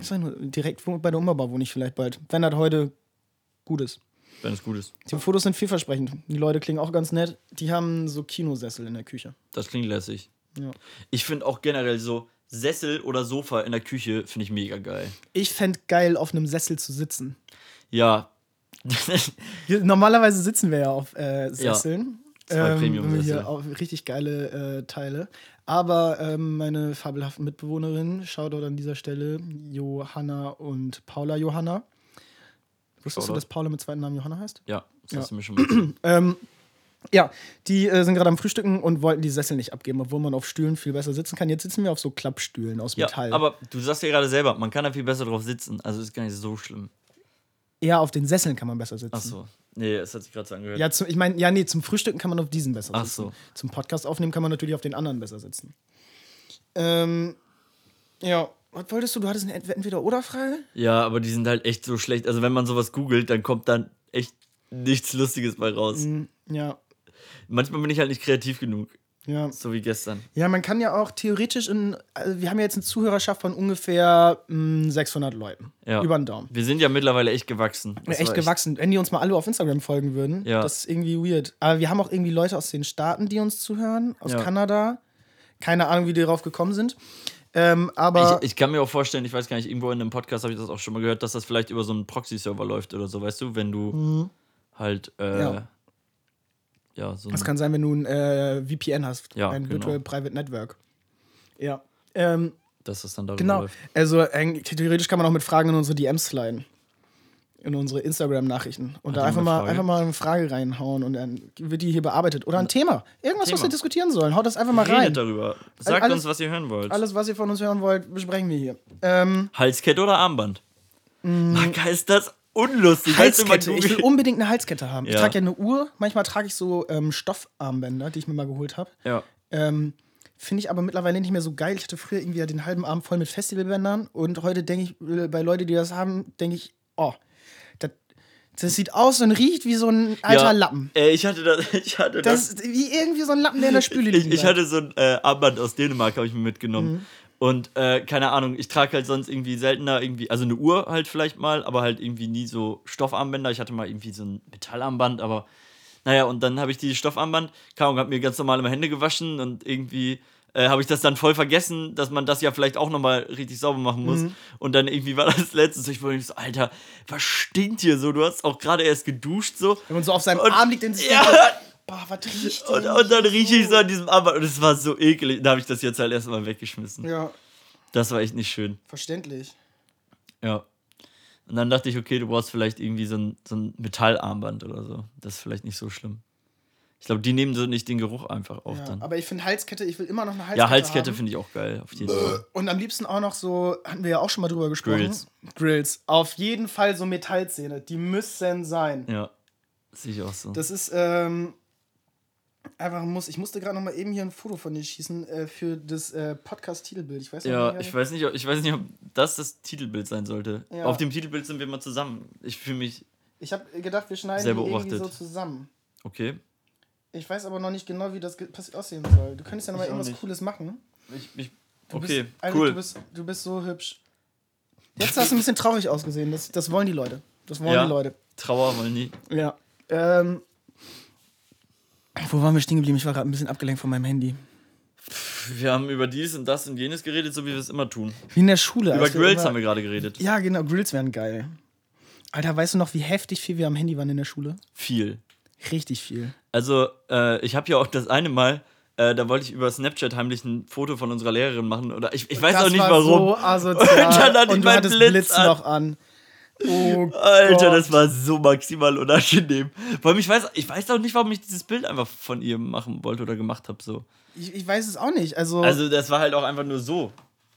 S1: Ich sag nur, direkt wo- bei der Umbaubar wohne ich vielleicht bald. Wenn das heute gut ist.
S2: Wenn es gut ist.
S1: Die Fotos sind vielversprechend. Die Leute klingen auch ganz nett. Die haben so Kinosessel in der Küche.
S2: Das klingt lässig.
S1: Ja.
S2: Ich finde auch generell so Sessel oder Sofa in der Küche finde ich mega geil.
S1: Ich fände geil, auf einem Sessel zu sitzen.
S2: Ja.
S1: Hier, normalerweise sitzen wir ja auf äh, Sesseln.
S2: Zwei
S1: ähm,
S2: Premium-Sessel.
S1: wenn wir hier auf richtig geile äh, Teile. Aber ähm, meine fabelhaften Mitbewohnerinnen, Shoutout an dieser Stelle, Johanna und Paula Johanna. Wusstest du,
S2: Shoutout.
S1: dass Paula mit zweiten Namen Johanna heißt?
S2: ja, das
S1: Ja.
S2: hast du mir schon mal erzählt.
S1: Ähm, ja, die äh, sind gerade am Frühstücken und wollten die Sessel nicht abgeben, obwohl man auf Stühlen viel besser sitzen kann. Jetzt sitzen wir auf so Klappstühlen aus
S2: Ja,
S1: Metall.
S2: aber du sagst ja gerade selber, man kann da viel besser drauf sitzen. Also ist gar nicht so schlimm.
S1: Eher auf den Sesseln kann man besser sitzen.
S2: Ach so. Nee, es hat sich gerade so angehört.
S1: Ja, zum, ich meine, ja, nee, zum Frühstücken kann man auf diesen besser
S2: Ach
S1: sitzen.
S2: so.
S1: Zum Podcast aufnehmen kann man natürlich auf den anderen besser sitzen. Ähm, ja, was wolltest du? Du hattest eine Ent- Entweder-Oder-Frage?
S2: Ja, aber die sind halt echt so schlecht. Also wenn man sowas googelt, dann kommt dann echt nichts Lustiges bei raus.
S1: Mhm, ja,
S2: Manchmal bin ich halt nicht kreativ genug,
S1: ja.
S2: so wie gestern.
S1: Ja, man kann ja auch theoretisch in. Also wir haben ja jetzt eine Zuhörerschaft von ungefähr mh, 600 Leuten.
S2: Ja.
S1: Über den Daumen.
S2: Wir sind ja mittlerweile echt gewachsen. Das
S1: echt
S2: war
S1: gewachsen. Wenn die uns mal alle auf Instagram folgen würden,
S2: Ja.
S1: das ist irgendwie weird. Aber wir haben auch irgendwie Leute aus den Staaten, die uns zuhören, aus
S2: Ja.
S1: Kanada. Keine Ahnung, wie die darauf gekommen sind. Ähm, aber
S2: Ich, ich kann mir auch vorstellen, ich weiß gar nicht, irgendwo in einem Podcast habe ich das auch schon mal gehört, dass das vielleicht über so einen Proxy-Server läuft oder so, weißt du, wenn du halt, äh, ja.
S1: Mhm. Ja.
S2: so
S1: das
S2: ein,
S1: kann sein, wenn du ein äh, VPN hast,
S2: Ja,
S1: ein
S2: genau.
S1: Virtual Private Network. Ja. Ähm,
S2: dass das dann darüber
S1: genau.
S2: läuft.
S1: Also eigentlich- theoretisch kann man auch mit Fragen in unsere DMs sliden. In unsere Instagram-Nachrichten. Und da
S2: jemand
S1: einfach
S2: Ah,
S1: mal,
S2: eine Frage?
S1: einfach mal eine Frage reinhauen und dann wird die hier bearbeitet. Oder ein Thema. Irgendwas, was
S2: Thema.
S1: wir diskutieren sollen. Haut das einfach mal rein. Also
S2: Redet darüber. Sagt
S1: alles-
S2: uns, was ihr hören wollt.
S1: Alles, was ihr von uns hören wollt, besprechen wir hier. Ähm,
S2: Halskette oder Armband? Marker, ist das unlustig. Weißt du, man
S1: Mm. Halskette. Ich
S2: googelt-
S1: will um- unbedingt eine Halskette haben.
S2: Halt Ja.
S1: Ich trage ja eine Uhr. Manchmal trage ich so ähm, Stoffarmbänder, die ich mir mal geholt habe.
S2: ja.
S1: Ähm, Finde ich aber mittlerweile nicht mehr so geil. Ich hatte früher irgendwie ja den halben Abend voll mit Festivalbändern und heute denke ich, äh, bei Leuten, die das haben, denke ich, oh, das, das sieht aus und riecht wie so ein alter
S2: ja.
S1: Lappen.
S2: Äh, ich hatte das. Ich hatte das.
S1: Das ist wie irgendwie so ein Lappen, der in der Spüle
S2: Ich,
S1: liegt.
S2: ich hatte so ein äh, Armband aus Dänemark, habe ich mir mitgenommen. Und äh, keine Ahnung, ich trage halt sonst irgendwie seltener irgendwie, also eine Uhr halt vielleicht mal, aber halt irgendwie nie so Stoffarmbänder. Ich hatte mal irgendwie so ein Metallarmband, aber naja, und dann habe ich dieses Stoffarmband, keine Ahnung, habe mir ganz normal immer Hände gewaschen und irgendwie äh, habe ich das dann voll vergessen, dass man das ja vielleicht auch nochmal richtig sauber machen muss. Und dann irgendwie war das letztes, ich wollte so, Alter, was stinkt hier so? Du hast auch gerade erst geduscht so.
S1: Wenn man so auf seinem
S2: Und-
S1: Arm liegt, dann ist
S2: Ja.
S1: boah, was riecht
S2: Und,
S1: denn?
S2: und dann rieche ich so an diesem Armband und es war so ekelig. Da habe ich das jetzt halt erstmal weggeschmissen.
S1: Ja,
S2: Das war echt nicht schön.
S1: verständlich.
S2: Ja. Und dann dachte ich, okay, du brauchst vielleicht irgendwie so ein, so ein Metallarmband oder so. Das ist vielleicht nicht so schlimm. Ich glaube, die nehmen so nicht den Geruch einfach auf
S1: Ja,
S2: dann.
S1: aber ich finde Halskette, ich will immer noch eine Halskette.
S2: ja, Halskette
S1: haben.
S2: finde ich auch geil. Auf jeden Fall.
S1: Und am liebsten auch noch so, hatten wir ja auch schon mal drüber gesprochen.
S2: Grills.
S1: Grills. Auf jeden Fall so Metallzähne. Die müssen sein.
S2: Ja. Sehe ich auch so.
S1: Das ist ähm, einfach ein Muss. Ich musste gerade noch mal eben hier ein Foto von dir schießen äh, für das äh, Podcast-Titelbild. Ich weiß noch
S2: ja,
S1: nicht,
S2: ich weiß nicht, ob- ich weiß nicht, ob das das Titelbild sein sollte.
S1: Ja.
S2: Auf dem Titelbild sind wir mal zusammen. Ich fühle mich
S1: Ich habe gedacht, wir schneiden
S2: Sehr
S1: die irgendwie so
S2: beobachtet.
S1: zusammen.
S2: okay.
S1: Ich weiß aber noch nicht genau, wie das ge- pass- aussehen soll. Du könntest ja noch mal
S2: Ich auch
S1: irgendwas
S2: nicht.
S1: Cooles machen.
S2: Ich, ich,
S1: Du
S2: okay,
S1: bist, Alter,
S2: cool.
S1: Du bist, du bist so hübsch. Jetzt hast du ein bisschen traurig ausgesehen. Das, das wollen die Leute. Das wollen
S2: Ja.
S1: die Leute.
S2: Trauer wollen nie.
S1: Ja. Ähm, wo waren wir stehen geblieben? Ich war gerade ein bisschen abgelenkt von meinem Handy.
S2: Wir haben über dies und das und jenes geredet, so wie wir es immer tun.
S1: Wie in der Schule.
S2: Über
S1: als wir
S2: Grills
S1: immer-
S2: haben wir gerade geredet.
S1: Ja, genau, Grills wären geil. Alter, weißt du noch, wie heftig viel wir am Handy waren in der Schule?
S2: Viel.
S1: Richtig viel.
S2: Also, äh, ich habe ja auch das eine Mal, äh, da wollte ich über Snapchat heimlich ein Foto von unserer Lehrerin machen. Oder ich, ich weiß
S1: das
S2: auch nicht
S1: war
S2: warum.
S1: So asozial.
S2: Und dann hatte ich
S1: und du
S2: meinen
S1: hattest
S2: Blitz
S1: Blitz,
S2: an.
S1: noch an. Oh
S2: Alter,
S1: Gott.
S2: das war so maximal unangenehm. Vor allem, ich weiß, ich weiß auch nicht, warum ich dieses Bild einfach von ihr machen wollte oder gemacht habe. So.
S1: Ich, ich weiß es auch nicht. Also,
S2: Also, das war halt auch einfach nur so.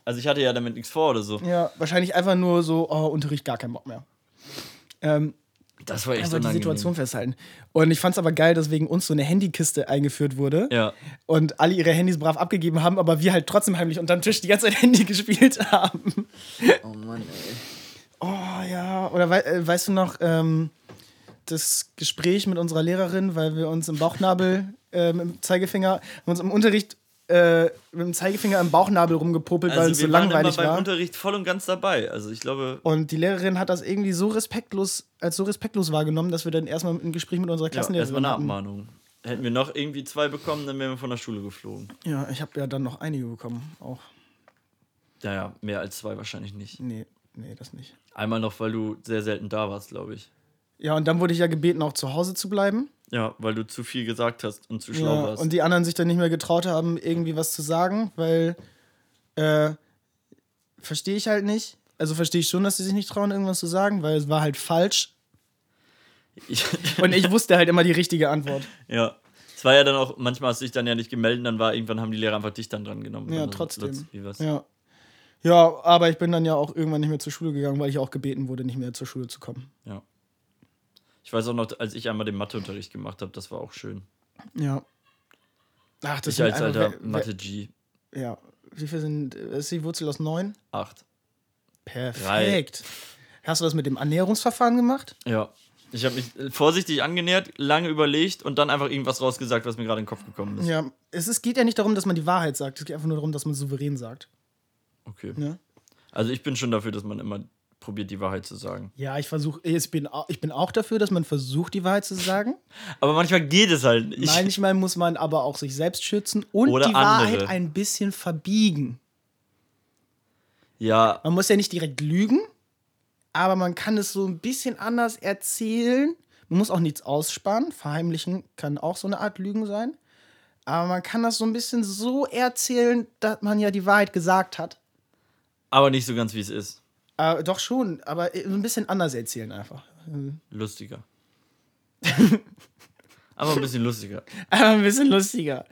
S2: Also, ich hatte ja damit nichts vor oder so.
S1: ja, wahrscheinlich einfach nur so, oh, Unterricht, gar keinen Bock mehr. Ähm,
S2: Das war echt
S1: einfach die
S2: unangenehm.
S1: Situation festhalten. Und ich fand es aber geil, dass wegen uns so eine Handykiste eingeführt wurde.
S2: Ja.
S1: Und alle ihre Handys brav abgegeben haben, aber wir halt trotzdem heimlich unterm Tisch die ganze Zeit Handy gespielt haben.
S2: Oh Mann, ey.
S1: Oh ja, oder wei äh, weißt du noch ähm, das Gespräch mit unserer Lehrerin, weil wir uns im Bauchnabel äh, mit dem Zeigefinger, haben uns im Unterricht äh, mit dem Zeigefinger im Bauchnabel rumgepopelt, weil
S2: Also,
S1: es so
S2: wir waren immer
S1: langweilig
S2: beim
S1: war.
S2: Unterricht voll und ganz dabei. Also, ich glaube,
S1: Und die Lehrerin hat das irgendwie so respektlos, als so respektlos wahrgenommen, dass wir dann erstmal ein Gespräch mit unserer
S2: ja,
S1: Klassenlehrerin
S2: erstmal eine
S1: hatten.
S2: Abmahnung. Hätten wir noch irgendwie zwei bekommen, dann wären wir von der Schule geflogen.
S1: Ja, ich habe ja dann noch einige bekommen. Auch.
S2: Naja, mehr als zwei wahrscheinlich nicht.
S1: Nee, nee, das nicht.
S2: Einmal noch, weil du sehr selten da warst, glaube ich.
S1: Ja, und dann wurde ich ja gebeten, auch zu Hause zu bleiben.
S2: Ja, weil du zu viel gesagt hast und zu schlau
S1: Ja,
S2: warst.
S1: und die anderen sich dann nicht mehr getraut haben, irgendwie was zu sagen, weil äh, verstehe ich halt nicht. Also verstehe ich schon, dass sie sich nicht trauen, irgendwas zu sagen, weil es war halt falsch.
S2: Ich-
S1: Und ich wusste halt immer die richtige Antwort.
S2: ja. Es war ja dann auch, manchmal hast du dich dann ja nicht gemeldet, dann war irgendwann haben die Lehrer einfach dich dann dran genommen.
S1: Ja,
S2: Dann
S1: trotzdem.
S2: sonst Also, Wie was.
S1: Ja. ja, aber ich bin dann ja auch irgendwann nicht mehr zur Schule gegangen, weil ich auch gebeten wurde, nicht mehr zur Schule zu kommen.
S2: Ja. Ich weiß auch noch, als ich einmal den Matheunterricht gemacht habe, das war auch schön.
S1: Ja. Ach, das
S2: ich
S1: sind
S2: als
S1: einfach-
S2: alter
S1: wer- wer-
S2: Mathe G.
S1: Ja. Wie viel sind. äh, Ist die Wurzel aus neun?
S2: 8.
S1: Perfekt. Hast du das mit dem Annäherungsverfahren gemacht?
S2: Ja. Ich habe mich äh, vorsichtig angenähert, lange überlegt und dann einfach irgendwas rausgesagt, was mir gerade in den Kopf gekommen ist.
S1: Ja, es ist, geht ja nicht darum, dass man die Wahrheit sagt. Es geht einfach nur darum, dass man souverän sagt.
S2: Okay.
S1: Ne?
S2: Also ich bin schon dafür, dass man immer probiert, die Wahrheit zu sagen.
S1: Ja, ich versuche, ich bin, au- ich bin auch dafür, dass man versucht, die Wahrheit zu sagen.
S2: Aber manchmal geht es halt nicht.
S1: Manchmal muss man aber auch sich selbst schützen und
S2: Oder
S1: die Wahrheit
S2: andere.
S1: ein bisschen verbiegen.
S2: Ja,
S1: Man muss ja nicht direkt lügen, aber man kann es so ein bisschen anders erzählen. Man muss auch nichts aussparen. Verheimlichen kann auch so eine Art Lügen sein. Aber man kann das so ein bisschen so erzählen, dass man ja die Wahrheit gesagt hat.
S2: aber nicht so ganz, wie es ist.
S1: Äh, doch schon, aber ein bisschen anders erzählen einfach.
S2: Lustiger. aber ein bisschen lustiger.
S1: Aber ein bisschen lustiger.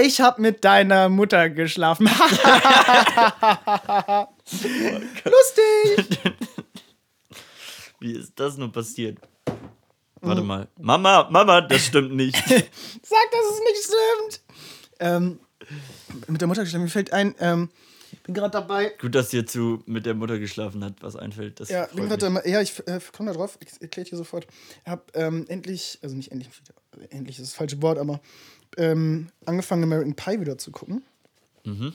S1: Ich habe mit deiner Mutter geschlafen. Lustig!
S2: Wie ist das nur passiert?
S1: Hm.
S2: Warte mal. Mama, Mama, das stimmt nicht.
S1: Sag, dass es nicht stimmt! Ähm, mit der Mutter geschlafen, mir fällt ein, ähm, bin gerade dabei.
S2: Gut, dass dir zu mit der Mutter geschlafen hat, was einfällt. Das
S1: Ja, bin
S2: freut
S1: grad
S2: mich.
S1: dabei- ja ich äh, komme da drauf, ich erkläre dir sofort. Hab ähm, endlich, also nicht endlich, wieder- endlich ist das falsche Wort, aber ähm, angefangen, American Pie wieder zu gucken.
S2: Mhm.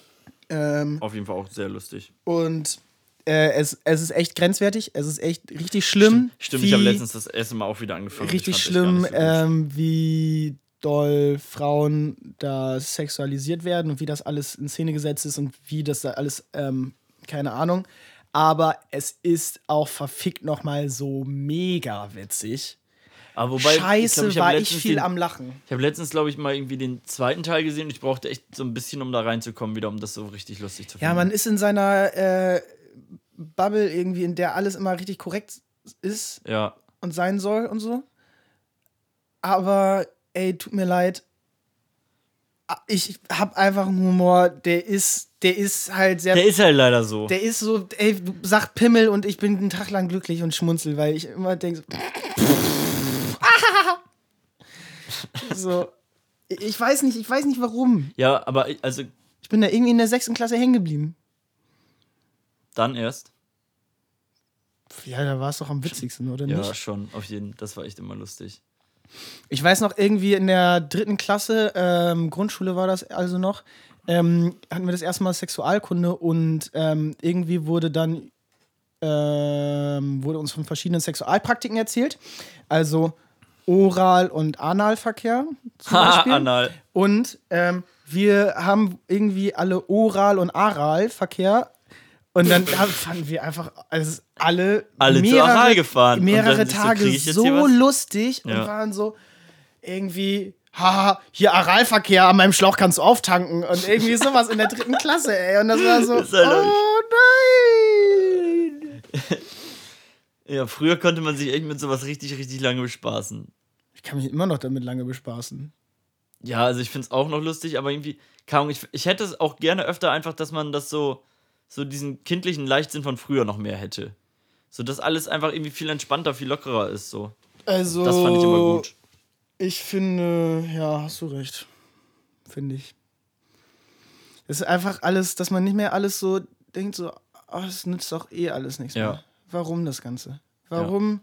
S1: Ähm,
S2: Auf jeden Fall auch sehr lustig.
S1: Und äh, es, es ist echt grenzwertig, es ist echt richtig schlimm.
S2: Stimmt,
S1: wie,
S2: ich habe letztens das erste Mal auch wieder angefangen.
S1: richtig
S2: Ich fand's
S1: schlimm,
S2: echt gar nicht
S1: ähm, wie doll Frauen da sexualisiert werden und wie das alles in Szene gesetzt ist und wie das da alles, ähm, keine Ahnung. Aber es ist auch verfickt nochmal so mega witzig.
S2: so gut. Aber wobei, ich glaub,
S1: Scheiße,
S2: ich hab
S1: war ich
S2: letztens
S1: viel
S2: den,
S1: am Lachen.
S2: Ich habe letztens, glaube ich, mal irgendwie den zweiten Teil gesehen. und Ich brauchte echt so ein bisschen, um da reinzukommen, wieder, um das so richtig lustig zu finden.
S1: Ja, man ist in seiner äh, Bubble irgendwie, in der alles immer richtig korrekt ist.
S2: Ja,
S1: und sein soll und so. Aber ey, tut mir leid. Ah, Ich hab einfach einen Humor, der ist, der ist halt sehr.
S2: der ist halt leider so.
S1: Der ist so, ey, du sag Pimmel und ich bin einen Tag lang glücklich und schmunzel, weil ich immer denke. So, so. Ich weiß nicht, ich weiß nicht warum.
S2: Ja, aber ich- also
S1: Ich bin da irgendwie in der sechsten Klasse hängen geblieben.
S2: dann erst.
S1: Ja, da war es doch am witzigsten, oder
S2: Ja,
S1: nicht?
S2: schon, auf jeden Das war echt immer lustig.
S1: Ich weiß noch, irgendwie in der dritten Klasse, ähm, Grundschule war das also noch, ähm, hatten wir das erste Mal Sexualkunde und ähm, irgendwie wurde dann ähm, wurde uns von verschiedenen Sexualpraktiken erzählt. Also Oral- und Analverkehr zum
S2: Ha,
S1: Beispiel.
S2: Anal.
S1: Und ähm, wir haben irgendwie alle Oral- und Aralverkehr. Und dann hab- fanden wir einfach also alle,
S2: Alle zu Aral gefahren. Und
S1: mehrere
S2: dann so,
S1: Tage
S2: krieg ich jetzt
S1: so
S2: hier was?
S1: lustig und
S2: Ja.
S1: waren so irgendwie, haha, hier Aralverkehr, an meinem Schlauch kannst du auftanken. Und irgendwie sowas in der dritten Klasse, ey. Und das war so,
S2: Ist halt
S1: oh nein.
S2: Ja, früher konnte man sich echt mit sowas richtig, richtig lange bespaßen.
S1: Ich kann mich immer noch damit lange bespaßen.
S2: Ja, also ich find's auch noch lustig, aber irgendwie, keine Ahnung, ich, ich hätte es auch gerne öfter einfach, dass man das so, so diesen kindlichen Leichtsinn von früher noch mehr hätte. So, dass alles einfach irgendwie viel entspannter, viel lockerer ist, so.
S1: Also,
S2: Das fand ich immer gut.
S1: Ich finde, ja, hast du recht. Finde ich. Es ist einfach alles, dass man nicht mehr alles so denkt, so, ah, es nützt doch eh alles nichts
S2: Ja.
S1: mehr. Warum das Ganze? Warum?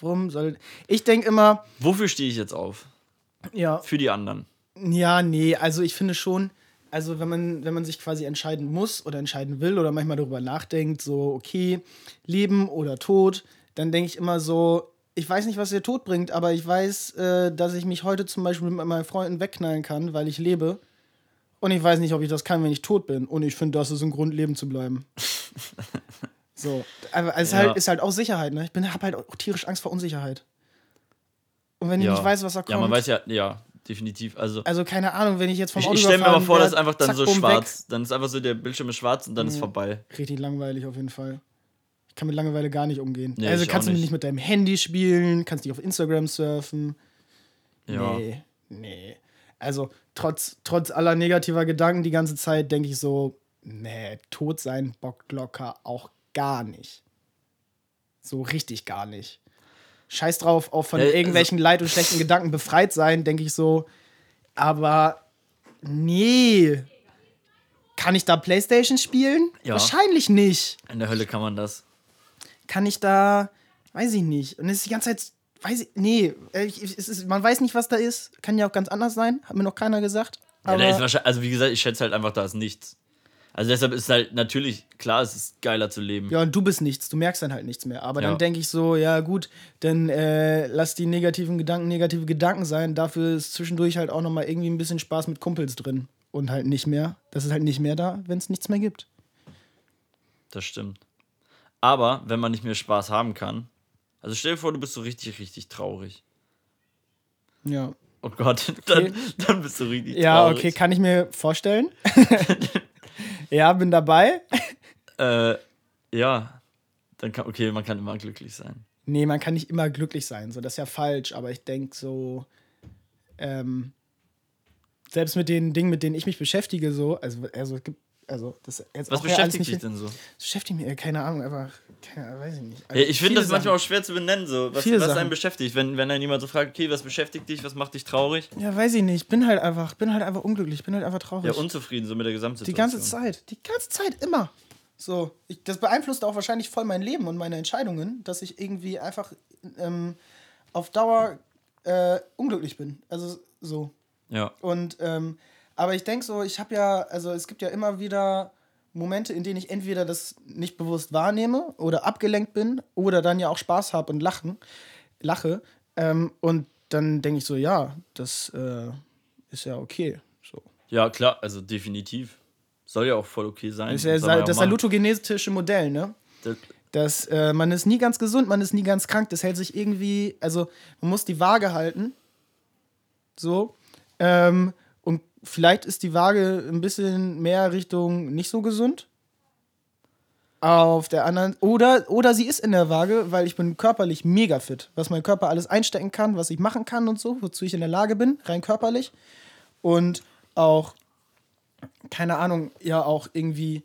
S1: Warum soll. Ich denke immer,
S2: Wofür stehe ich jetzt auf?
S1: ja,
S2: Für die anderen.
S1: ja, nee, also ich finde schon, also wenn man, wenn man sich quasi entscheiden muss oder entscheiden will oder manchmal darüber nachdenkt, so, okay, Leben oder Tod, dann denke ich immer so, ich weiß nicht, was der Tod bringt, aber ich weiß, äh, dass ich mich heute zum Beispiel mit meinen Freunden wegknallen kann, weil ich lebe. Und ich weiß nicht, ob ich das kann, wenn ich tot bin. Und ich finde, das ist ein Grund, leben zu bleiben. so. Aber es ist,
S2: Ja.
S1: halt, ist halt auch Sicherheit, ne? Ich bin- hab halt auch tierisch Angst vor Unsicherheit. Und wenn ich nicht weiß, was da kommt.
S2: Ja, man weiß ja, ja, definitiv. Also,
S1: Also keine Ahnung, wenn ich jetzt vom
S2: ich,
S1: Auto
S2: ich stelle mir aber
S1: überfahren
S2: vor,
S1: werd,
S2: dass einfach dann
S1: zack, um,
S2: so
S1: bumm,
S2: schwarz, dann ist einfach so, der Bildschirm ist schwarz und dann ist vorbei.
S1: Weg. Richtig langweilig auf jeden Fall. Ich kann mit Langeweile gar nicht umgehen.
S2: Nee,
S1: also
S2: ich
S1: kannst
S2: auch
S1: du nicht
S2: nicht.
S1: mit deinem Handy spielen, kannst nicht auf Instagram surfen.
S2: Ja.
S1: Nee, nee. Also trotz, trotz aller negativer Gedanken die ganze Zeit denke ich so, nee, tot sein bockt locker auch gar nicht. So richtig gar nicht. Scheiß drauf, auch von
S2: Ja, also-
S1: irgendwelchen Leid und schlechten Gedanken befreit sein, denke ich so. Aber nee. Kann ich da Playstation spielen?
S2: Ja.
S1: Wahrscheinlich nicht
S2: In der Hölle kann man das.
S1: kann ich da, weiß ich nicht. Und es ist die ganze Zeit Weiß ich, nee, äh, ich, ich- es ist, man weiß nicht, was da ist. Kann ja auch ganz anders sein. Hat mir noch keiner gesagt.
S2: Ja,
S1: Aber
S2: da ist wahrscheinlich, also wie gesagt, ich schätze halt einfach, da ist nichts. Also deshalb ist halt natürlich, klar, es ist geiler zu leben.
S1: Ja, und du bist nichts, du merkst dann halt nichts mehr. Aber
S2: Ja.
S1: dann denke ich so, ja gut, dann äh, lass die negativen Gedanken negative Gedanken sein. Dafür ist zwischendurch halt auch nochmal irgendwie ein bisschen Spaß mit Kumpels drin. Und halt nicht mehr. Das ist halt nicht mehr da, wenn es nichts mehr gibt.
S2: Das stimmt. Aber wenn man nicht mehr Spaß haben kann, also stell dir vor, du bist so richtig, richtig traurig.
S1: Ja.
S2: Oh Gott, dann, dann bist du richtig
S1: Ja,
S2: traurig.
S1: okay, kann ich mir vorstellen. ja, bin dabei.
S2: Äh, ja, dann kann, okay, man kann immer glücklich sein.
S1: Nee, man kann nicht immer glücklich sein. So, das ist ja falsch, aber ich denke so, ähm, selbst mit den Dingen, mit denen ich mich beschäftige, so, also, also, es gibt- also das ist jetzt
S2: Was
S1: auch ja alles
S2: beschäftigt
S1: nicht,
S2: dich denn so?
S1: beschäftigt mich, äh, keine Ahnung, einfach, keine Ahnung, weiß ich nicht.
S2: Ja, ich finde
S1: Viele
S2: das manchmal
S1: Sachen.
S2: auch schwer zu benennen, so was,
S1: Viele
S2: was einen
S1: Sachen.
S2: beschäftigt. Wenn, wenn dann jemand so fragt, okay, was beschäftigt dich, was macht dich traurig?
S1: Ja, weiß ich nicht, bin halt einfach, bin halt einfach unglücklich, bin halt einfach traurig.
S2: Ja, unzufrieden, so mit der Gesamtsituation.
S1: die ganze Zeit, die ganze Zeit, immer. So, ich, das beeinflusst auch wahrscheinlich voll mein Leben und meine Entscheidungen, dass ich irgendwie einfach ähm, auf Dauer äh, unglücklich bin. Also so.
S2: Ja.
S1: Und ähm, aber ich denke so, ich habe ja, also es gibt ja immer wieder Momente, in denen ich entweder das nicht bewusst wahrnehme oder abgelenkt bin oder dann ja auch Spaß habe und lachen, lache. Ähm, und dann denke ich so, ja, das äh, ist ja okay. So.
S2: ja, klar, also definitiv. Soll ja auch voll okay sein.
S1: Das ist ja
S2: Soll man
S1: sa-
S2: auch
S1: das
S2: machen.
S1: salutogenetische Modell, ne?
S2: Das-
S1: dass äh, man ist nie ganz gesund, man ist nie ganz krank. Das hält sich irgendwie, also man muss die Waage halten. So. Ähm, und vielleicht ist die Waage ein bisschen mehr Richtung nicht so gesund. Auf der anderen, oder, oder sie ist in der Waage, weil ich bin körperlich mega fit. Was mein Körper alles einstecken kann, was ich machen kann und so, wozu ich in der Lage bin, rein körperlich. Und auch, keine Ahnung, ja auch irgendwie,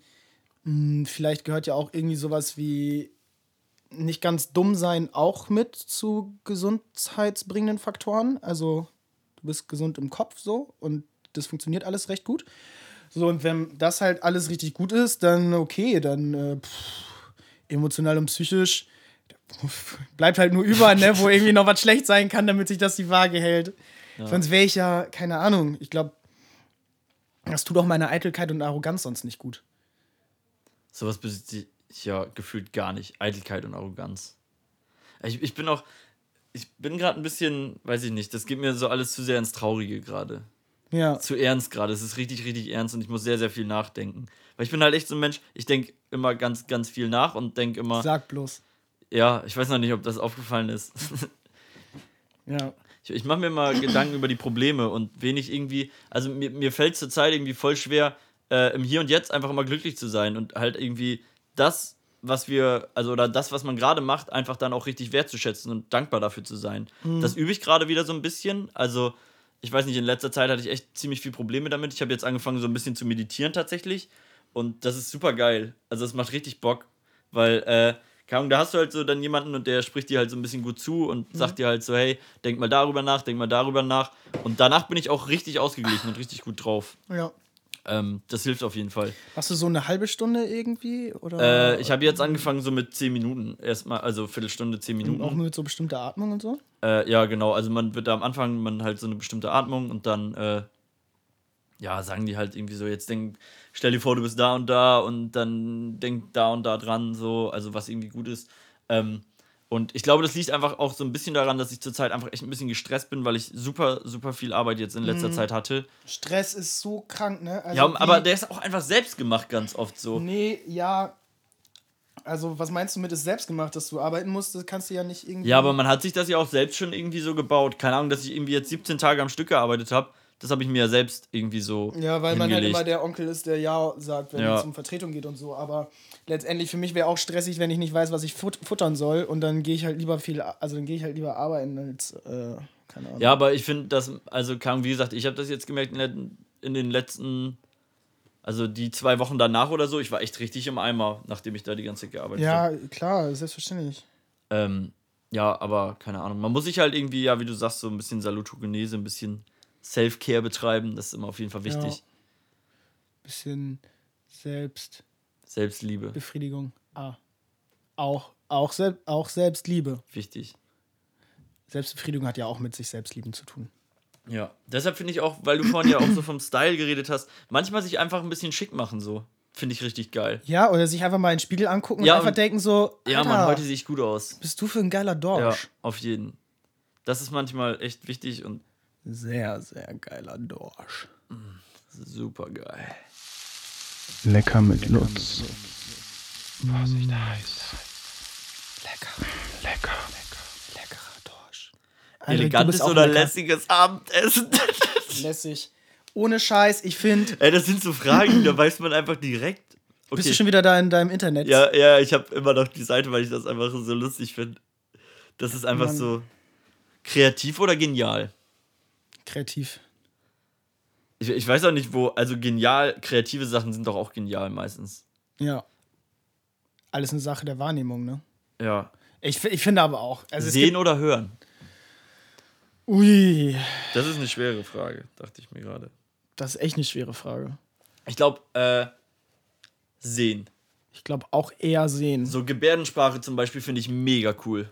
S1: mh, Hm, vielleicht gehört ja auch irgendwie sowas wie nicht ganz dumm sein auch mit zu gesundheitsbringenden Faktoren. Also du bist gesund im Kopf so und das funktioniert alles recht gut. So, und wenn das halt alles richtig gut ist, dann okay, dann äh, pff, emotional und psychisch bleibt halt nur über, ne, wo irgendwie noch was schlecht sein kann, damit sich das die Waage hält. Sonst wäre ich ja, keine Ahnung, ich glaube, das tut auch meiner Eitelkeit und Arroganz sonst nicht gut.
S2: Sowas besitzt ich ja gefühlt gar nicht. Eitelkeit und Arroganz. Ich, ich bin auch, ich bin gerade ein bisschen, weiß ich nicht, das geht mir so alles zu sehr ins Traurige gerade.
S1: Ja.
S2: Zu ernst gerade. Es ist richtig, richtig ernst und ich muss sehr, sehr viel nachdenken. Weil ich bin halt echt so ein Mensch, ich denke immer ganz, ganz viel nach und denke immer,
S1: Sag bloß.
S2: ja, ich weiß noch nicht, ob das aufgefallen ist.
S1: Ja.
S2: Ich, ich mache mir mal Gedanken über die Probleme und wenig irgendwie, also mir, mir fällt zurzeit irgendwie voll schwer, äh, im Hier und Jetzt einfach immer glücklich zu sein und halt irgendwie das, was wir, also oder das, was man gerade macht, einfach dann auch richtig wertzuschätzen und dankbar dafür zu sein. Das übe ich gerade wieder so ein bisschen. Also, ich weiß nicht, in letzter Zeit hatte ich echt ziemlich viel Probleme damit. Ich habe jetzt angefangen, so ein bisschen zu meditieren tatsächlich. Und das ist super geil. Also, es macht richtig Bock, weil, äh, keine Ahnung, da hast du halt so dann jemanden und der spricht dir halt so ein bisschen gut zu und sagt dir halt so, hey, denk mal darüber nach, denk mal darüber nach. Und danach bin ich auch richtig ausgeglichen und richtig gut drauf.
S1: Ja.
S2: Ähm, das hilft auf jeden Fall.
S1: Hast du so eine halbe Stunde irgendwie? Oder
S2: Äh, ich habe jetzt angefangen so mit 10 Minuten. Erstmal, also Viertelstunde, 10
S1: Und auch
S2: Minuten.
S1: nur mit so bestimmter Atmung und so?
S2: Äh, ja, genau. Also man wird da am Anfang man halt so eine bestimmte Atmung und dann, äh, ja, sagen die halt irgendwie so, jetzt denk, stell dir vor, du bist da und da und dann denk da und da dran, so, also was irgendwie gut ist. Ähm, und ich glaube, das liegt einfach auch so ein bisschen daran, dass ich zurzeit einfach echt ein bisschen gestresst bin, weil ich super, super viel Arbeit jetzt in
S1: Mhm.
S2: letzter Zeit
S1: Also
S2: hatte.
S1: Stress ist so krank, ne? Also
S2: Ja,
S1: wie-
S2: aber der ist auch einfach selbst gemacht ganz oft so.
S1: Nee, ja. Also, was meinst du mit ist selbst gemacht, dass du arbeiten musst? Das kannst du ja nicht irgendwie.
S2: Ja, aber man hat sich das ja auch selbst schon irgendwie so gebaut. Keine Ahnung, dass ich irgendwie jetzt 17 Tage am Stück gearbeitet habe. Das habe ich mir ja selbst irgendwie so.
S1: Ja, weil man halt
S2: hingelegt.
S1: immer der Onkel ist, der Ja sagt, wenn
S2: Ja.
S1: es um Vertretung geht und so. Aber letztendlich für mich wäre auch stressig, wenn ich nicht weiß, was ich fut futtern soll. Und dann gehe ich halt lieber viel, also dann gehe ich halt lieber arbeiten als, äh, keine Ahnung.
S2: Ja, aber ich finde, dass, also kam, wie gesagt, ich habe das jetzt gemerkt in, den- in den letzten, also die zwei Wochen danach oder so, ich war echt richtig im Eimer, nachdem ich da die ganze Zeit gearbeitet habe.
S1: Ja, klar, selbstverständlich.
S2: Ähm, ja, aber keine Ahnung. Man muss sich halt irgendwie, ja, wie du sagst, so ein bisschen Salutogenese, ein bisschen Self-Care betreiben. Das ist immer auf jeden Fall wichtig.
S1: Ja. Bisschen selbst.
S2: Selbstliebe,
S1: Befriedigung. Ah. Auch, auch, sel auch Selbstliebe.
S2: wichtig.
S1: Selbstbefriedigung hat ja auch mit sich selbst lieben zu tun.
S2: Ja. Deshalb finde ich auch, weil du vorhin ja auch so vom Style geredet hast, manchmal sich einfach ein bisschen schick machen so. Finde ich richtig geil.
S1: Ja, oder sich einfach mal in den Spiegel angucken
S2: Ja,
S1: und einfach
S2: und-
S1: denken so,
S2: Ja,
S1: Alter,
S2: Mann, heute sehe ich gut aus.
S1: bist du für ein geiler
S2: Ja,
S1: Dorsch.
S2: auf jeden. Das ist manchmal echt wichtig und
S1: Sehr, sehr geiler Dorsch.
S2: super geil.
S3: Lecker mit Lutz. Vorsicht heiß.
S1: Lecker,
S3: Lecker.
S1: leckerer Dorsch.
S2: Elegantes oder lässiges Abendessen?
S1: Lässig. Ohne Scheiß, ich finde.
S2: Ey, das sind so Fragen, da weiß man einfach direkt. Okay.
S1: Bist du schon wieder da in deinem Internet?
S2: ja, ja, ich habe immer noch die Seite, weil ich das einfach so lustig finde. Das ist einfach
S1: Mann.
S2: so kreativ oder genial.
S1: Kreativ.
S2: Ich, ich weiß auch nicht, wo. Also genial, kreative Sachen sind doch auch genial meistens.
S1: Ja. Alles eine Sache der Wahrnehmung, ne?
S2: Ja.
S1: Ich, fi- ich finde aber auch. Also es
S2: Sehen oder hören?
S1: gibt, ui,
S2: Das ist eine schwere Frage, dachte ich mir gerade.
S1: das ist echt eine schwere Frage.
S2: Ich glaube, äh, sehen.
S1: Ich glaube auch eher sehen.
S2: So Gebärdensprache zum Beispiel finde ich mega cool.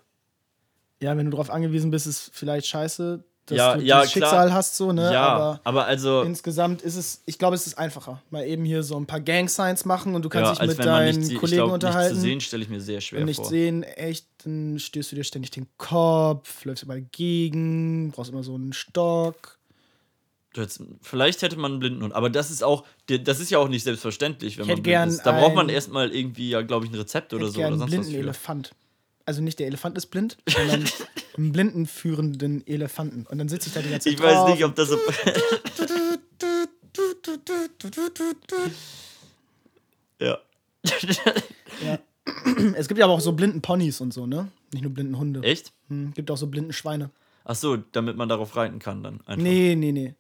S1: Ja, wenn du darauf angewiesen bist, ist vielleicht scheiße, dass
S2: Ja,
S1: du
S2: ja,
S1: dieses
S2: klar.
S1: Schicksal hast, so, ne?
S2: ja, aber,
S1: Aber
S2: also.
S1: insgesamt ist es, ich glaube, es ist einfacher. Mal eben hier so ein paar Gang-Signs machen und du kannst
S2: ja,
S1: dich mit
S2: wenn man
S1: deinen
S2: sie- ich
S1: Kollegen
S2: glaub,
S1: unterhalten.
S2: Nicht zu sehen stelle ich mir sehr schwer
S1: und nicht
S2: vor.
S1: sehen, echt, dann stößt du dir ständig den Kopf, läufst überall gegen, brauchst immer so einen Stock.
S2: Du hättest- Vielleicht hätte man einen Blindenhund, aber das ist auch, das ist ja auch nicht selbstverständlich, wenn
S1: Ich
S2: man
S1: hätte
S2: blind
S1: gern
S2: ist. Da braucht man
S1: ein-
S2: erstmal irgendwie, ja, glaube ich, ein Rezept oder
S1: Hätte
S2: so
S1: gern
S2: oder
S1: einen
S2: sonst was.
S1: blinden
S2: Für.
S1: Elefant. Also nicht der Elefant ist blind, sondern einen blinden führenden Elefanten. Und dann sitze ich da die ganze Zeit.
S2: Ich weiß
S1: drauf
S2: nicht, ob das so. ja.
S1: und- Es gibt ja aber auch so blinden Ponys und so, ne? Nicht nur blinden Hunde.
S2: Echt?
S1: Hm, gibt auch so blinden Schweine.
S2: Ach so, damit man darauf reiten kann dann. Einfach.
S1: Nee, nee, nee.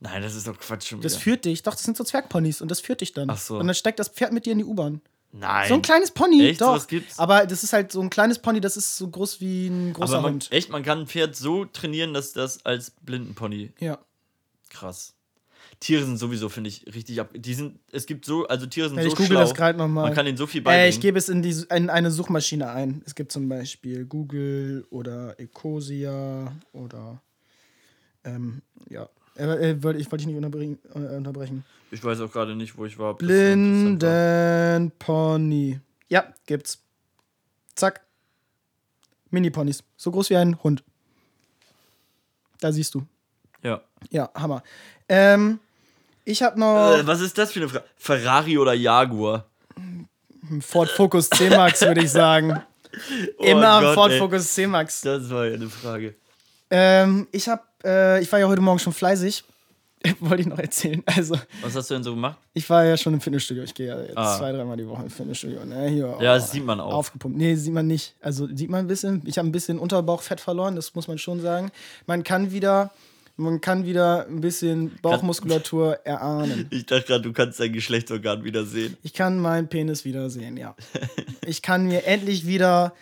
S2: Nein, das ist doch Quatsch schon wieder.
S1: Das führt dich. Doch, das sind so Zwergponys und das führt dich dann.
S2: Ach so.
S1: Und dann steigt das Pferd mit dir in die U-Bahn.
S2: Nein.
S1: So ein kleines Pony,
S2: Echt?
S1: doch.
S2: Sowas gibt's?
S1: Aber das ist halt so ein kleines Pony, das ist so groß wie ein großer
S2: aber man,
S1: Hund.
S2: echt, man kann ein Pferd so trainieren, dass das als Blindenpony
S1: Ja.
S2: krass. Tiere sind sowieso, finde ich, richtig ab. Die sind, es gibt so, also Tiere sind
S1: Ja,
S2: so
S1: ich google
S2: schlau.
S1: das gerade nochmal.
S2: Man kann ihnen so viel beibringen.
S1: Äh, ich gebe es in, die, in eine Suchmaschine ein. Es gibt zum Beispiel Google oder Ecosia oder ähm, ja. Äh, äh, wollte- ich wollte dich nicht unterbrechen. Äh, unterbrechen.
S2: Ich weiß auch gerade nicht, wo ich war. ob das so interessant war.
S1: Blindenpony. Ja, gibt's. Zack. Mini-Ponys. So groß wie ein Hund. Da siehst du.
S2: Ja.
S1: Ja, Hammer. Ähm, ich habe noch
S2: Äh, was ist das für eine Frage? Ferrari oder Jaguar?
S1: einen Ford Focus C-Max, würde ich sagen.
S2: Oh
S1: Immer
S2: Gott,
S1: Ford
S2: ey.
S1: Focus C-Max.
S2: Das war ja eine Frage.
S1: Ähm, ich hab, äh, ich war ja heute Morgen schon fleißig. Wollte ich noch erzählen. Also,
S2: Was hast du denn so gemacht?
S1: ich war ja schon im Fitnessstudio. Ich gehe ja jetzt
S2: Ah.
S1: zwei, dreimal die Woche im Fitnessstudio. Ne? Hier,
S2: Ja, das sieht man auch.
S1: Aufgepumpt. Nee, sieht man nicht. Also sieht man ein bisschen. Ich habe ein bisschen Unterbauchfett verloren, das muss man schon sagen. Man kann wieder, man kann wieder ein bisschen Bauchmuskulatur erahnen.
S2: Ich dachte gerade, du kannst dein Geschlechtsorgan wieder sehen.
S1: Ich kann meinen Penis wieder sehen, ja. Ich kann mir endlich wieder,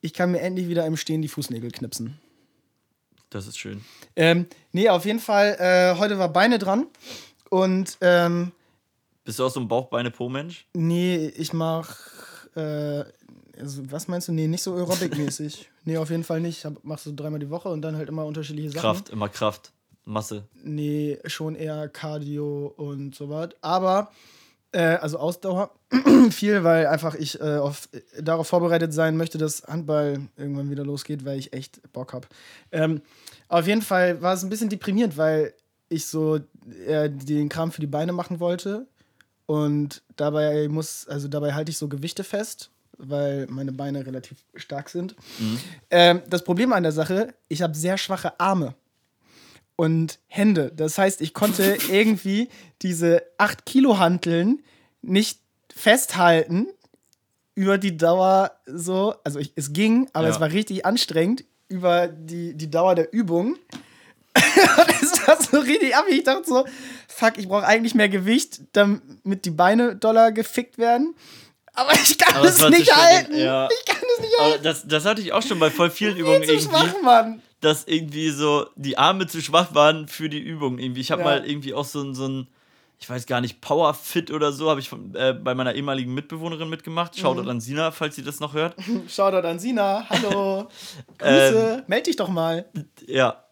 S1: ich kann mir endlich wieder im Stehen die Fußnägel knipsen.
S2: Das ist schön.
S1: Ähm, nee, auf jeden Fall, äh, heute war Beine dran. Und ähm,
S2: Bist du auch so ein Bauchbeine-Po-Mensch?
S1: nee, ich mach. Äh, also, was meinst du? Nee, nicht so Aerobic-mäßig. nee, auf jeden Fall nicht. Ich hab- mach so dreimal die Woche und dann halt immer unterschiedliche Sachen.
S2: Kraft, immer Kraft. Masse.
S1: Nee, schon eher Cardio und so was. Aber, äh, also Ausdauer viel, weil einfach ich äh, auf, äh, darauf vorbereitet sein möchte, dass Handball irgendwann wieder losgeht, weil ich echt Bock habe. Ähm, auf jeden Fall war es ein bisschen deprimierend, weil ich so äh, den Kram für die Beine machen wollte. Und dabei muss, also dabei halte ich so Gewichte fest, weil meine Beine relativ stark sind. Ähm, das Problem an der Sache, ich habe sehr schwache Arme und Hände. Das heißt, ich konnte irgendwie diese 8 Kilo Hanteln nicht festhalten über die Dauer so. Also ich, es ging, aber
S2: Ja.
S1: es war richtig anstrengend über die, die Dauer der Übung. Und es war so richtig ab. Ich dachte so, fuck, ich brauche eigentlich mehr Gewicht, damit die Beine doller gefickt werden. Aber ich kann
S2: Aber es
S1: es
S2: war zu
S1: nicht
S2: schnell,
S1: halten.
S2: ja.
S1: Ich kann es nicht halten.
S2: Aber das, das hatte ich auch schon bei voll vielen Übungen
S1: Viel zu
S2: irgendwie,
S1: schwach, Mann.
S2: dass irgendwie so die Arme zu schwach waren für die Übung. Irgendwie. Ich habe
S1: Ja.
S2: mal irgendwie auch so, ein- so ein ich weiß gar nicht, Power Fit oder so, habe ich von, äh, bei meiner ehemaligen Mitbewohnerin mitgemacht. Shoutout
S1: Mhm.
S2: an Sina, falls sie das noch hört.
S1: Shoutout an Sina, hallo.
S2: Ähm.
S1: Grüße, meld dich doch mal.
S2: Ja,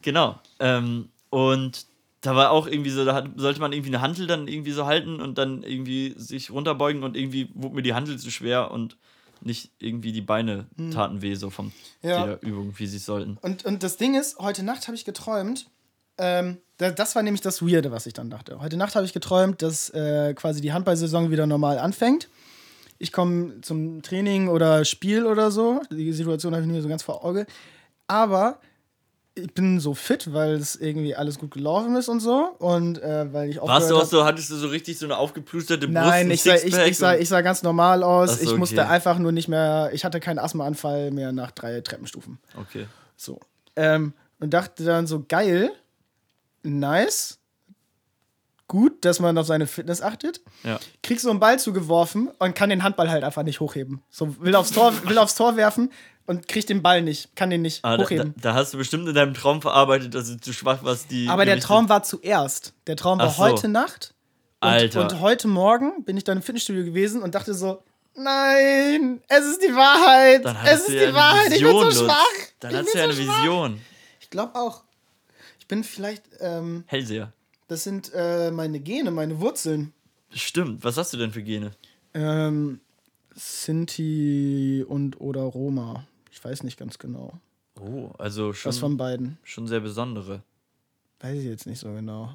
S2: genau. Ähm, und da war auch irgendwie so, da hat, sollte man irgendwie eine Hantel dann irgendwie so halten und dann irgendwie sich runterbeugen und irgendwie wurde mir die Hantel zu schwer und nicht irgendwie die Beine taten weh, so von
S1: Hm. Ja.
S2: der Übung, wie sie sollten.
S1: Und, und das Ding ist, heute Nacht habe ich geträumt, ähm, da, das war nämlich das Weirde, was ich dann dachte. Heute Nacht habe ich geträumt, dass äh, quasi die Handballsaison wieder normal anfängt. Ich komme zum Training oder Spiel oder so. Die Situation habe ich nicht mehr so ganz vor Auge. Aber ich bin so fit, weil es irgendwie alles gut gelaufen ist und so. Und äh, weil ich auch.
S2: Warst du auch so, hattest du so richtig so eine aufgeplusterte Brust?
S1: Nein,
S2: ein
S1: ich sah, ich,
S2: Sixpack
S1: ich, sah,
S2: und-
S1: ich sah ganz normal aus.
S2: Ach so,
S1: ich musste
S2: okay.
S1: einfach nur nicht mehr. Ich hatte keinen Asthmaanfall mehr nach drei Treppenstufen.
S2: Okay.
S1: So. Ähm, und dachte dann so, geil, nice, gut, dass man auf seine Fitness achtet.
S2: Ja.
S1: Krieg so einen Ball zugeworfen und kann den Handball halt einfach nicht hochheben. So, will aufs Tor, will aufs Tor werfen und krieg den Ball nicht, kann den nicht
S2: Ah, da, da,
S1: hochheben.
S2: da hast du bestimmt in deinem Traum verarbeitet, dass du zu schwach warst, die.
S1: Aber der
S2: Gewichte-
S1: Traum war zuerst. Der Traum war
S2: Ach so.
S1: heute Nacht. Und,
S2: Alter.
S1: und heute Morgen bin ich dann im Fitnessstudio gewesen und dachte so, nein, es ist die Wahrheit.
S2: Dann hattest
S1: Es ist
S2: du
S1: die
S2: ja eine
S1: Wahrheit. ich bin
S2: Vision,
S1: so
S2: Lutz.
S1: schwach.
S2: Dann
S1: ich
S2: hast du
S1: bin so
S2: ja eine
S1: schwach.
S2: Vision.
S1: Ich glaube auch. Ich bin vielleicht, ähm,
S2: Hellseher.
S1: das sind äh, meine Gene, meine Wurzeln.
S2: Stimmt. Was hast du denn für Gene?
S1: Ähm, Sinti und oder Roma. Ich weiß nicht ganz genau.
S2: Oh, also
S1: Was von
S2: schon,
S1: beiden?
S2: schon sehr besondere.
S1: Weiß ich jetzt nicht so genau.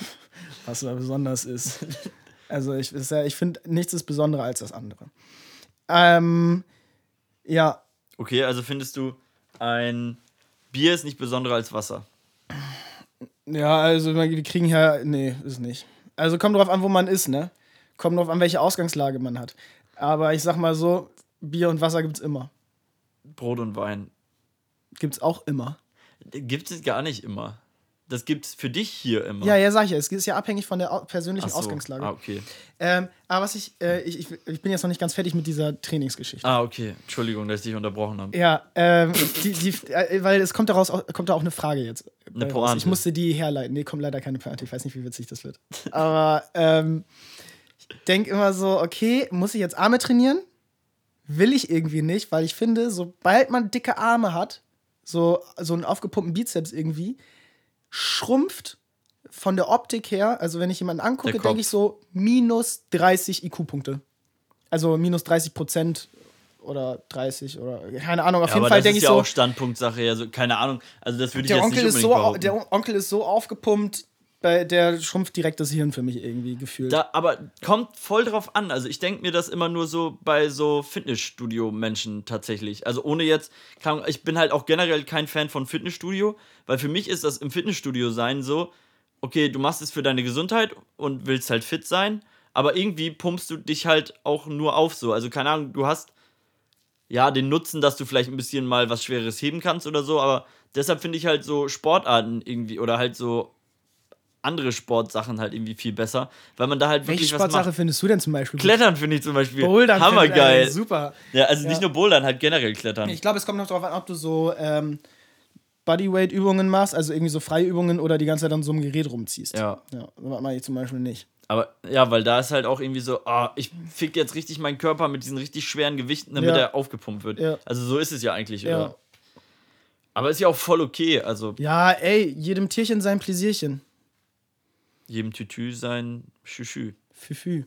S1: Was da besonders ist. Also ich, ist ja, ich finde, nichts ist besonderer als das andere. Ähm, ja,
S2: Okay, also findest du, ein Bier ist nicht besonderer als Wasser.
S1: Ja, also wir kriegen ja. Nee, ist nicht. Also kommt drauf an, wo man ist, ne? Kommt drauf an, welche Ausgangslage man hat. Aber ich sag mal so, Bier und Wasser gibt's immer.
S2: Brot und Wein
S1: Gibt's auch immer.
S2: gibt es gar nicht immer. Das gibt es für dich hier immer.
S1: Ja, ja, sag ich ja. Es ist ja abhängig von der au- persönlichen
S2: Ach so.
S1: Ausgangslage.
S2: Ah, okay.
S1: Ähm, aber was ich, äh, ich, ich, ich bin jetzt noch nicht ganz fertig mit dieser Trainingsgeschichte.
S2: Ah, okay. Entschuldigung, dass ich dich unterbrochen habe.
S1: Ja, ähm, die, die, äh, weil es kommt daraus auch, kommt da auch eine Frage jetzt.
S2: Eine
S1: Äh,
S2: Pointe.
S1: Ich musste die herleiten. Nee, kommt leider keine Pointe. Ich weiß nicht, wie witzig das wird. Aber ähm, ich denke immer so, okay, muss ich jetzt Arme trainieren? Will ich irgendwie nicht, weil ich finde, sobald man dicke Arme hat, so, so einen aufgepumpten Bizeps irgendwie, schrumpft von der Optik her, also wenn ich jemanden angucke,
S2: Der
S1: denke
S2: Kopf.
S1: ich so minus 30 IQ-Punkte. Also minus 30 Prozent oder 30 oder keine Ahnung. Auf
S2: Ja,
S1: jeden
S2: aber
S1: Fall
S2: das ist
S1: denke ich
S2: ja
S1: so,
S2: auch Standpunktsache. Also, keine Ahnung. Also, das würde ich
S1: der
S2: jetzt
S1: Onkel,
S2: nicht
S1: ist
S2: unbedingt
S1: so, au-
S2: behaupten.
S1: der Onkel ist so aufgepumpt, bei, der schrumpft direkt das Hirn für mich irgendwie gefühlt.
S2: Da, aber kommt voll drauf an. Also ich denke mir das immer nur so bei so Fitnessstudio-Menschen tatsächlich. Also ohne jetzt, keine Ahnung, ich bin halt auch generell kein Fan von Fitnessstudio, weil für mich ist das im Fitnessstudio sein so, okay, du machst es für deine Gesundheit und willst halt fit sein, aber irgendwie pumpst du dich halt auch nur auf so. Also keine Ahnung, du hast ja den Nutzen, dass du vielleicht ein bisschen mal was Schweres heben kannst oder so, aber deshalb finde ich halt so Sportarten irgendwie oder halt so andere Sportsachen halt irgendwie viel besser, weil man da halt
S1: Welche
S2: wirklich was
S1: Sportsache
S2: macht.
S1: findest du denn zum Beispiel? gut?
S2: Klettern finde ich zum Beispiel
S1: Bouldern finde ich,
S2: hammergeil.
S1: äh, super.
S2: ja, also
S1: Ja.
S2: nicht nur Bouldern, halt generell Klettern.
S1: Ich glaube, es kommt noch darauf an, ob du so ähm, Bodyweight-Übungen machst, also irgendwie so freie Übungen oder die ganze Zeit an so einem Gerät rumziehst.
S2: Ja.
S1: ja das mache ich zum Beispiel nicht.
S2: Aber ja, weil da ist halt auch irgendwie so, ah, ich fick jetzt richtig meinen Körper mit diesen richtig schweren Gewichten, damit
S1: Ja.
S2: er aufgepumpt wird.
S1: Ja.
S2: Also so ist es ja eigentlich.
S1: Ja.
S2: Oder? Aber ist ja auch voll okay. Also
S1: Ja, ey, jedem Tierchen sein Pläsierchen.
S2: jedem Tütü sein Schüschü.
S1: Füfü.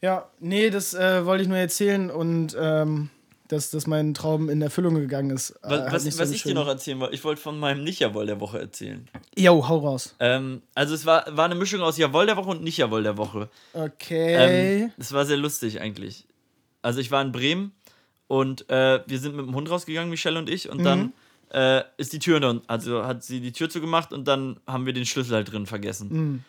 S1: Ja, nee, das äh, wollte ich nur erzählen und ähm, dass, dass mein Traum in Erfüllung gegangen ist. Äh,
S2: Was,
S1: halt
S2: was,
S1: nicht so
S2: was ich
S1: schön.
S2: dir noch erzählen wollte, ich wollte von meinem Nicht-Jawohl der Woche erzählen.
S1: Jo, hau raus.
S2: Ähm, also es war, war eine Mischung aus Jawohl der Woche und Nicht-Jawohl der Woche.
S1: Okay.
S2: Ähm, es war sehr lustig eigentlich. Also ich war in Bremen und äh, wir sind mit dem Hund rausgegangen, Michelle und ich, und
S1: Mhm.
S2: dann äh, ist die Tür hinter uns, also hat sie die Tür zugemacht und dann haben wir den Schlüssel halt drin vergessen.
S1: Mhm.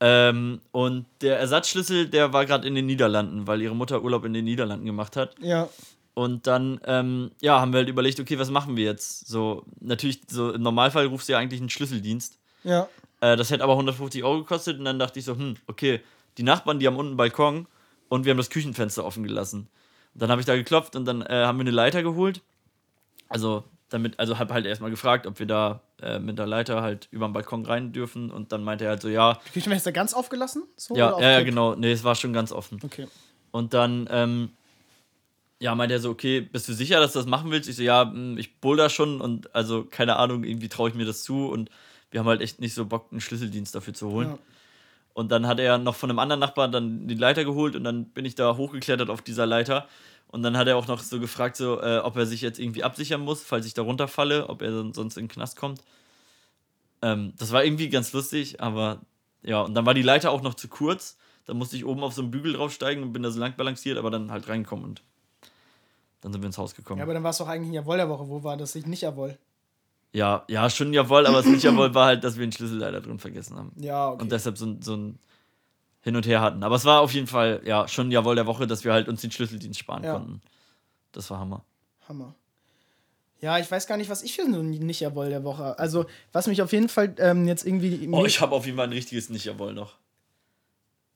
S2: Ähm, und der Ersatzschlüssel, der war gerade in den Niederlanden, weil ihre Mutter Urlaub in den Niederlanden gemacht hat.
S1: ja.
S2: Und dann, ähm, ja, haben wir halt überlegt, okay, was machen wir jetzt? So, natürlich, so im Normalfall rufst du ja eigentlich einen Schlüsseldienst.
S1: Ja.
S2: Äh, das hätte aber 150 Euro gekostet und dann dachte ich so, hm, okay, die Nachbarn, die haben unten einen Balkon und wir haben das Küchenfenster offen gelassen. Und dann habe ich da geklopft und dann äh, haben wir eine Leiter geholt. Also damit, also habe halt erstmal gefragt, ob wir da äh, mit der Leiter halt über den Balkon rein dürfen. Und dann meinte er halt so, ja,
S1: Die Küchenfenster ganz aufgelassen? So,
S2: ja,
S1: oder
S2: ja, ja,
S1: aufgekippt?
S2: genau. Nee, es war schon ganz offen.
S1: Okay.
S2: Und dann, ähm, ja, meinte er so, okay, bist du sicher, dass du das machen willst? Ich so, ja, hm, ich boulder schon und also, keine Ahnung, irgendwie traue ich mir das zu und wir haben halt echt nicht so Bock, einen Schlüsseldienst dafür zu holen.
S1: Ja.
S2: Und dann hat er noch von einem anderen Nachbarn dann die Leiter geholt und dann bin ich da hochgeklettert auf dieser Leiter. Und dann hat er auch noch so gefragt, so, äh, ob er sich jetzt irgendwie absichern muss, falls ich da runterfalle, ob er son- sonst in den Knast kommt. Ähm, das war irgendwie ganz lustig, aber ja, und dann war die Leiter auch noch zu kurz. Da musste ich oben auf so einen Bügel draufsteigen und bin da so lang balanciert, aber dann halt reingekommen und dann sind wir ins Haus gekommen.
S1: Ja, aber dann war es doch eigentlich in Jawohl der Woche. Wo war das? Ich nicht Jawohl.
S2: Ja, ja, schon jawohl, aber das nicht jawohl war halt, dass wir den Schlüssel leider drin vergessen haben.
S1: Ja, okay.
S2: Und deshalb so, ein- so ein Hin und Her hatten. Aber es war auf jeden Fall, ja, schon jawohl der Woche, dass wir halt uns den Schlüsseldienst sparen
S1: Ja.
S2: konnten. Das war Hammer.
S1: Hammer. Ja, ich weiß gar nicht, was ich für so ein nicht Jawohl der Woche. Also, was mich auf jeden Fall ähm, jetzt irgendwie.
S2: Oh, ich habe auf jeden Fall ein richtiges Nicht jawohl noch.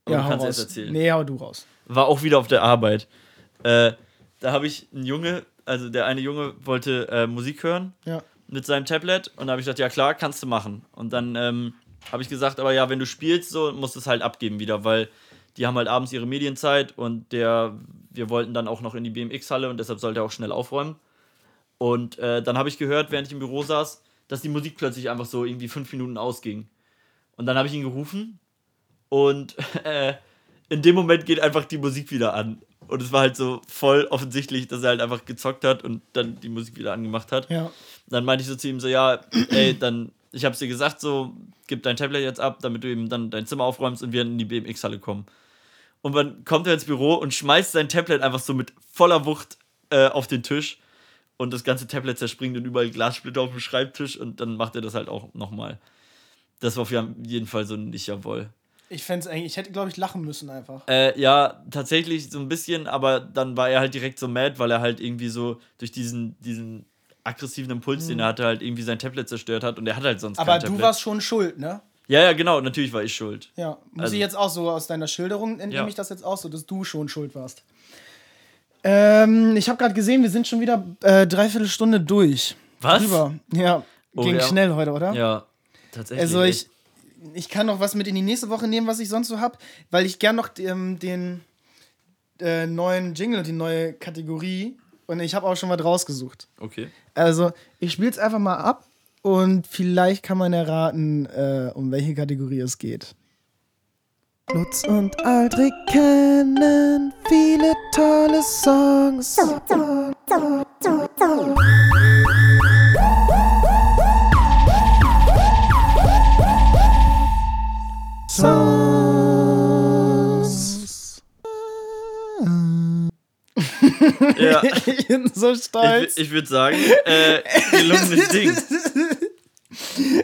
S2: Aber
S1: ja,
S2: du
S1: hau
S2: kannst
S1: raus.
S2: erst erzählen.
S1: Nee, hau du raus.
S2: War auch wieder auf der Arbeit. Äh, da habe ich einen Junge, also der eine Junge wollte äh, Musik hören
S1: Ja.
S2: mit seinem Tablet und da habe ich gedacht, ja klar, kannst du machen. Und dann ähm, habe ich gesagt, aber ja, wenn du spielst, so musst du es halt abgeben wieder, weil die haben halt abends ihre Medienzeit und der, wir wollten dann auch noch in die BMX-Halle und deshalb sollte er auch schnell aufräumen. Und äh, dann habe ich gehört, während ich im Büro saß, dass die Musik plötzlich einfach so irgendwie fünf Minuten ausging. Und dann habe ich ihn gerufen und äh, in dem Moment geht einfach die Musik wieder an. Und es war halt so voll offensichtlich, dass er halt einfach gezockt hat und dann die Musik wieder angemacht hat
S1: Ja.
S2: dann meinte ich so zu ihm so, ja, ey, dann, ich hab's dir gesagt, so, gib dein Tablet jetzt ab, damit du eben dann dein Zimmer aufräumst und wir in die BMX-Halle kommen. Und dann kommt er ins Büro und schmeißt sein Tablet einfach so mit voller Wucht äh, auf den Tisch und das ganze Tablet zerspringt und überall Glassplitter auf dem Schreibtisch und dann macht er das halt auch nochmal. Das war auf jeden Fall so ein Nicht-Jawohl.
S1: Ich fände es eigentlich, ich hätte, glaube ich, lachen müssen einfach.
S2: Äh, ja, tatsächlich so ein bisschen, aber dann war er halt direkt so mad, weil er halt irgendwie so durch diesen, diesen aggressiven Impuls, den er hatte, halt irgendwie sein Tablet zerstört hat und er hat halt sonst
S1: Mhm. Aber
S2: kein
S1: du
S2: Tablet.
S1: warst schon schuld, ne?
S2: ja, ja, genau, natürlich war ich schuld.
S1: Ja. Muss
S2: Also-
S1: ich jetzt auch so aus deiner Schilderung, entnehme
S2: Ja.
S1: ich das jetzt auch so, dass du schon schuld warst. Ähm, ich habe gerade gesehen, wir sind schon wieder äh, dreiviertel Stunde durch.
S2: Was?
S1: Drüber. Ja.
S2: Oh,
S1: Ging
S2: ja.
S1: schnell heute, oder?
S2: Ja, tatsächlich.
S1: Also ich,
S2: echt.
S1: ich kann noch was mit in die nächste Woche nehmen, was ich sonst so habe, weil ich gern noch ähm, den äh, neuen Jingle und die neue Kategorie und ich habe auch schon was rausgesucht.
S2: Okay.
S1: Also ich spiele es einfach mal ab und vielleicht kann man erraten, äh, um welche Kategorie es geht. Lutz und Aldrich kennen viele tolle Songs. Songs.
S2: Ja. Ich,
S1: Ich bin so stolz.
S2: wü- ich würde sagen, äh, gelungenes Ding.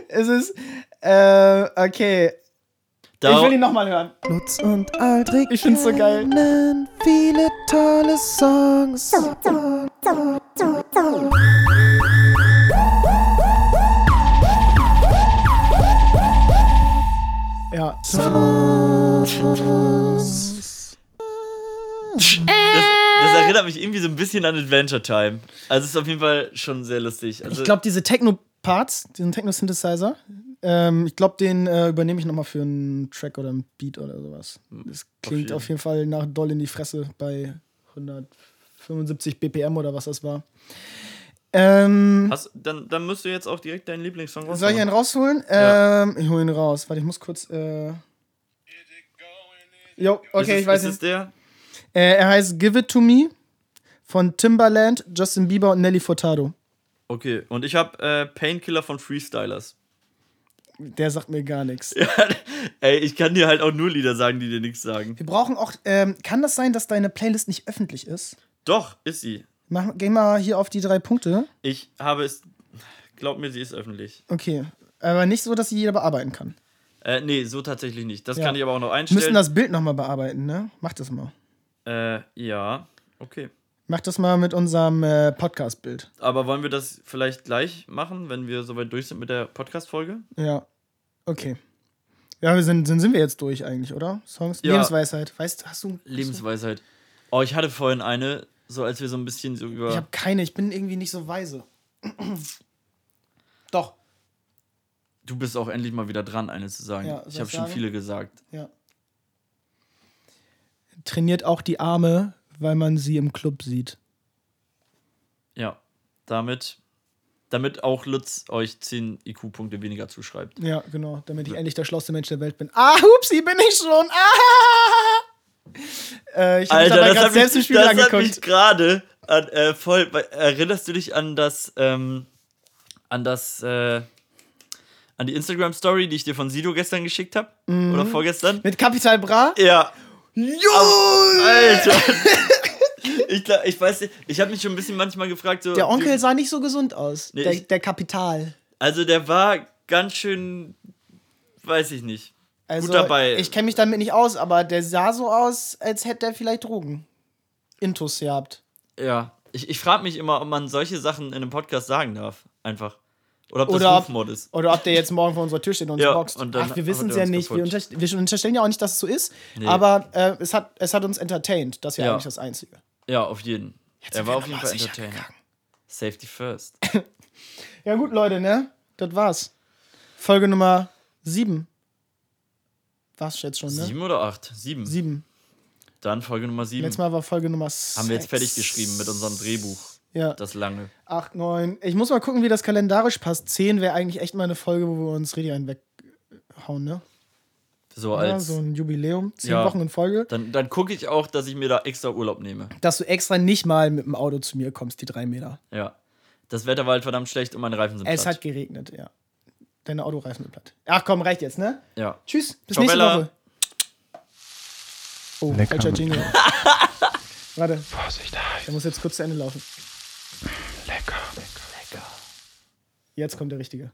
S1: es ist, äh, okay. ich
S2: Da,
S1: will ihn nochmal hören. Lutz und Aldrich. Ich find's so geil. viele tolle Songs. Ja.
S2: das erinnert mich irgendwie so ein bisschen an Adventure Time. Also es ist auf jeden Fall schon sehr lustig. Also,
S1: Ich glaube, diese Techno-Parts, diesen Techno-Synthesizer, ähm, ich glaube, den äh, übernehme ich nochmal für einen Track oder einen Beat oder sowas. Das klingt
S2: jeden.
S1: auf jeden Fall nach doll in die Fresse bei 175 BPM oder was das war. Ähm,
S2: hast, dann, dann musst du jetzt auch direkt deinen Lieblingssong
S1: soll ich einen
S2: rausholen.
S1: rausholen?
S2: Ja.
S1: Ähm, ich hole ihn raus. Warte, ich muss kurz. Äh jo,
S2: ist
S1: okay,
S2: es,
S1: ich weiß
S2: ist
S1: nicht.
S2: es der?
S1: Äh, er heißt Give It To Me von Timbaland, Justin Bieber und Nelly Furtado.
S2: Okay, und ich habe äh, Painkiller von Freestylers.
S1: Der sagt mir gar nichts.
S2: Ey, ich kann dir halt auch nur Lieder sagen, die dir nichts sagen.
S1: Wir brauchen auch. Ähm, kann das sein, dass deine Playlist nicht öffentlich ist?
S2: Doch, ist sie.
S1: Mach, geh mal hier auf die drei Punkte.
S2: Ich habe es. Glaub mir, sie ist öffentlich.
S1: Okay. Aber nicht so, dass sie jeder bearbeiten kann.
S2: Äh, nee, so tatsächlich nicht. Das
S1: Ja.
S2: kann ich aber auch noch
S1: Wir
S2: einstellen.
S1: müssen das Bild nochmal bearbeiten, ne? Mach das mal.
S2: äh, ja, okay.
S1: Mach das mal mit unserem äh, Podcast-Bild.
S2: Aber wollen wir das vielleicht gleich machen, wenn wir soweit durch sind mit der Podcast-Folge?
S1: Ja. Okay. Ja, wir sind, sind, sind wir jetzt durch eigentlich, oder? Songs?
S2: Ja.
S1: Lebensweisheit. Weißt du, hast du.
S2: Lebensweisheit. Oh, ich hatte vorhin eine, so als wir so ein bisschen so über.
S1: Ich habe keine, ich bin irgendwie nicht so weise. Doch,
S2: Du bist auch endlich mal wieder dran, eine zu sagen.
S1: Ja, soll
S2: ich habe
S1: ich
S2: schon
S1: sagen?
S2: viele gesagt.
S1: ja. Trainiert auch die Arme, weil man sie im Club sieht.
S2: Ja, damit, damit auch Lutz euch 10 IQ-Punkte weniger zuschreibt.
S1: Ja, genau, damit ich endlich der schlauste Mensch der Welt bin. Ah, hupsi, bin ich schon. Ah! Äh, ich habe mich dabei gerade selbst im
S2: mich,
S1: Spiel
S2: das hat
S1: angeguckt.
S2: mich gerade an, äh, voll. weil- Erinnerst du dich an das, ähm, an das, äh, an die Instagram-Story, die ich dir von Sido gestern geschickt habe?
S1: Mhm.
S2: Oder vorgestern?
S1: Mit Capital Bra?
S2: Ja.
S1: Jo!
S2: Alter! ich, glaub- ich weiß nicht, ich habe mich schon ein bisschen manchmal gefragt, so.
S1: Der Onkel sah nicht so gesund aus.
S2: Nee,
S1: der,
S2: ich-
S1: der Kapital.
S2: Also der war ganz schön, weiß ich nicht.
S1: Also,
S2: gut dabei.
S1: Ich kenne mich damit nicht aus, aber der sah so aus, als hätte er vielleicht Drogen. Intus gehabt.
S2: ja, ich, ich frage mich immer, ob man solche Sachen in einem Podcast sagen darf. Einfach. Oder ob das
S1: Oder ob-
S2: Rufmord ist.
S1: Oder ob der jetzt morgen vor unserer Tür steht und
S2: Ja,
S1: uns boxt.
S2: und dann
S1: Ach, wir
S2: haut
S1: wissen es ja
S2: er uns
S1: nicht. Wir,
S2: kaputt.
S1: unterst wir unterstellen ja auch nicht, dass es so ist. Aber äh, es, hat, es hat uns entertained. Das wäre
S2: Ja.
S1: eigentlich das Einzige.
S2: Ja, auf jeden. er war auf jeden Fall
S1: entertained.
S2: entertainer. Safety first.
S1: Ja, gut, Leute, ne? Das war's. Folge Nummer 7. War's jetzt schon, ne?
S2: Sieben oder acht? Sieben.
S1: 7.
S2: Dann Folge Nummer sieben.
S1: Letztes Mal war Folge Nummer 6.
S2: Haben wir jetzt fertig geschrieben mit unserem Drehbuch.
S1: Ja.
S2: Das lange.
S1: 8, 9. Ich muss mal gucken, wie das kalendarisch passt. 10 wäre eigentlich echt mal eine Folge, wo wir uns richtig einen weghauen, ne?
S2: So
S1: Ja,
S2: als.
S1: so ein Jubiläum. 10
S2: Ja.
S1: Wochen in Folge.
S2: Dann, dann gucke ich auch, dass ich mir da extra Urlaub nehme.
S1: Dass du extra nicht mal mit dem Auto zu mir kommst, die drei Meter.
S2: Ja. Das Wetter war halt verdammt schlecht und meine Reifen sind
S1: Es
S2: platt.
S1: hat geregnet, ja. Deine Autoreifen sind platt. Ach komm, reicht jetzt, ne?
S2: ja.
S1: Tschüss, bis
S2: Ciao,
S1: nächste
S2: Bella.
S1: Woche. Oh,
S3: Lecker.
S1: falscher Jingle. Warte,
S3: Vorsicht heiß.
S1: der muss jetzt kurz zu Ende laufen.
S3: Lecker. Lecker.
S1: Jetzt kommt der richtige.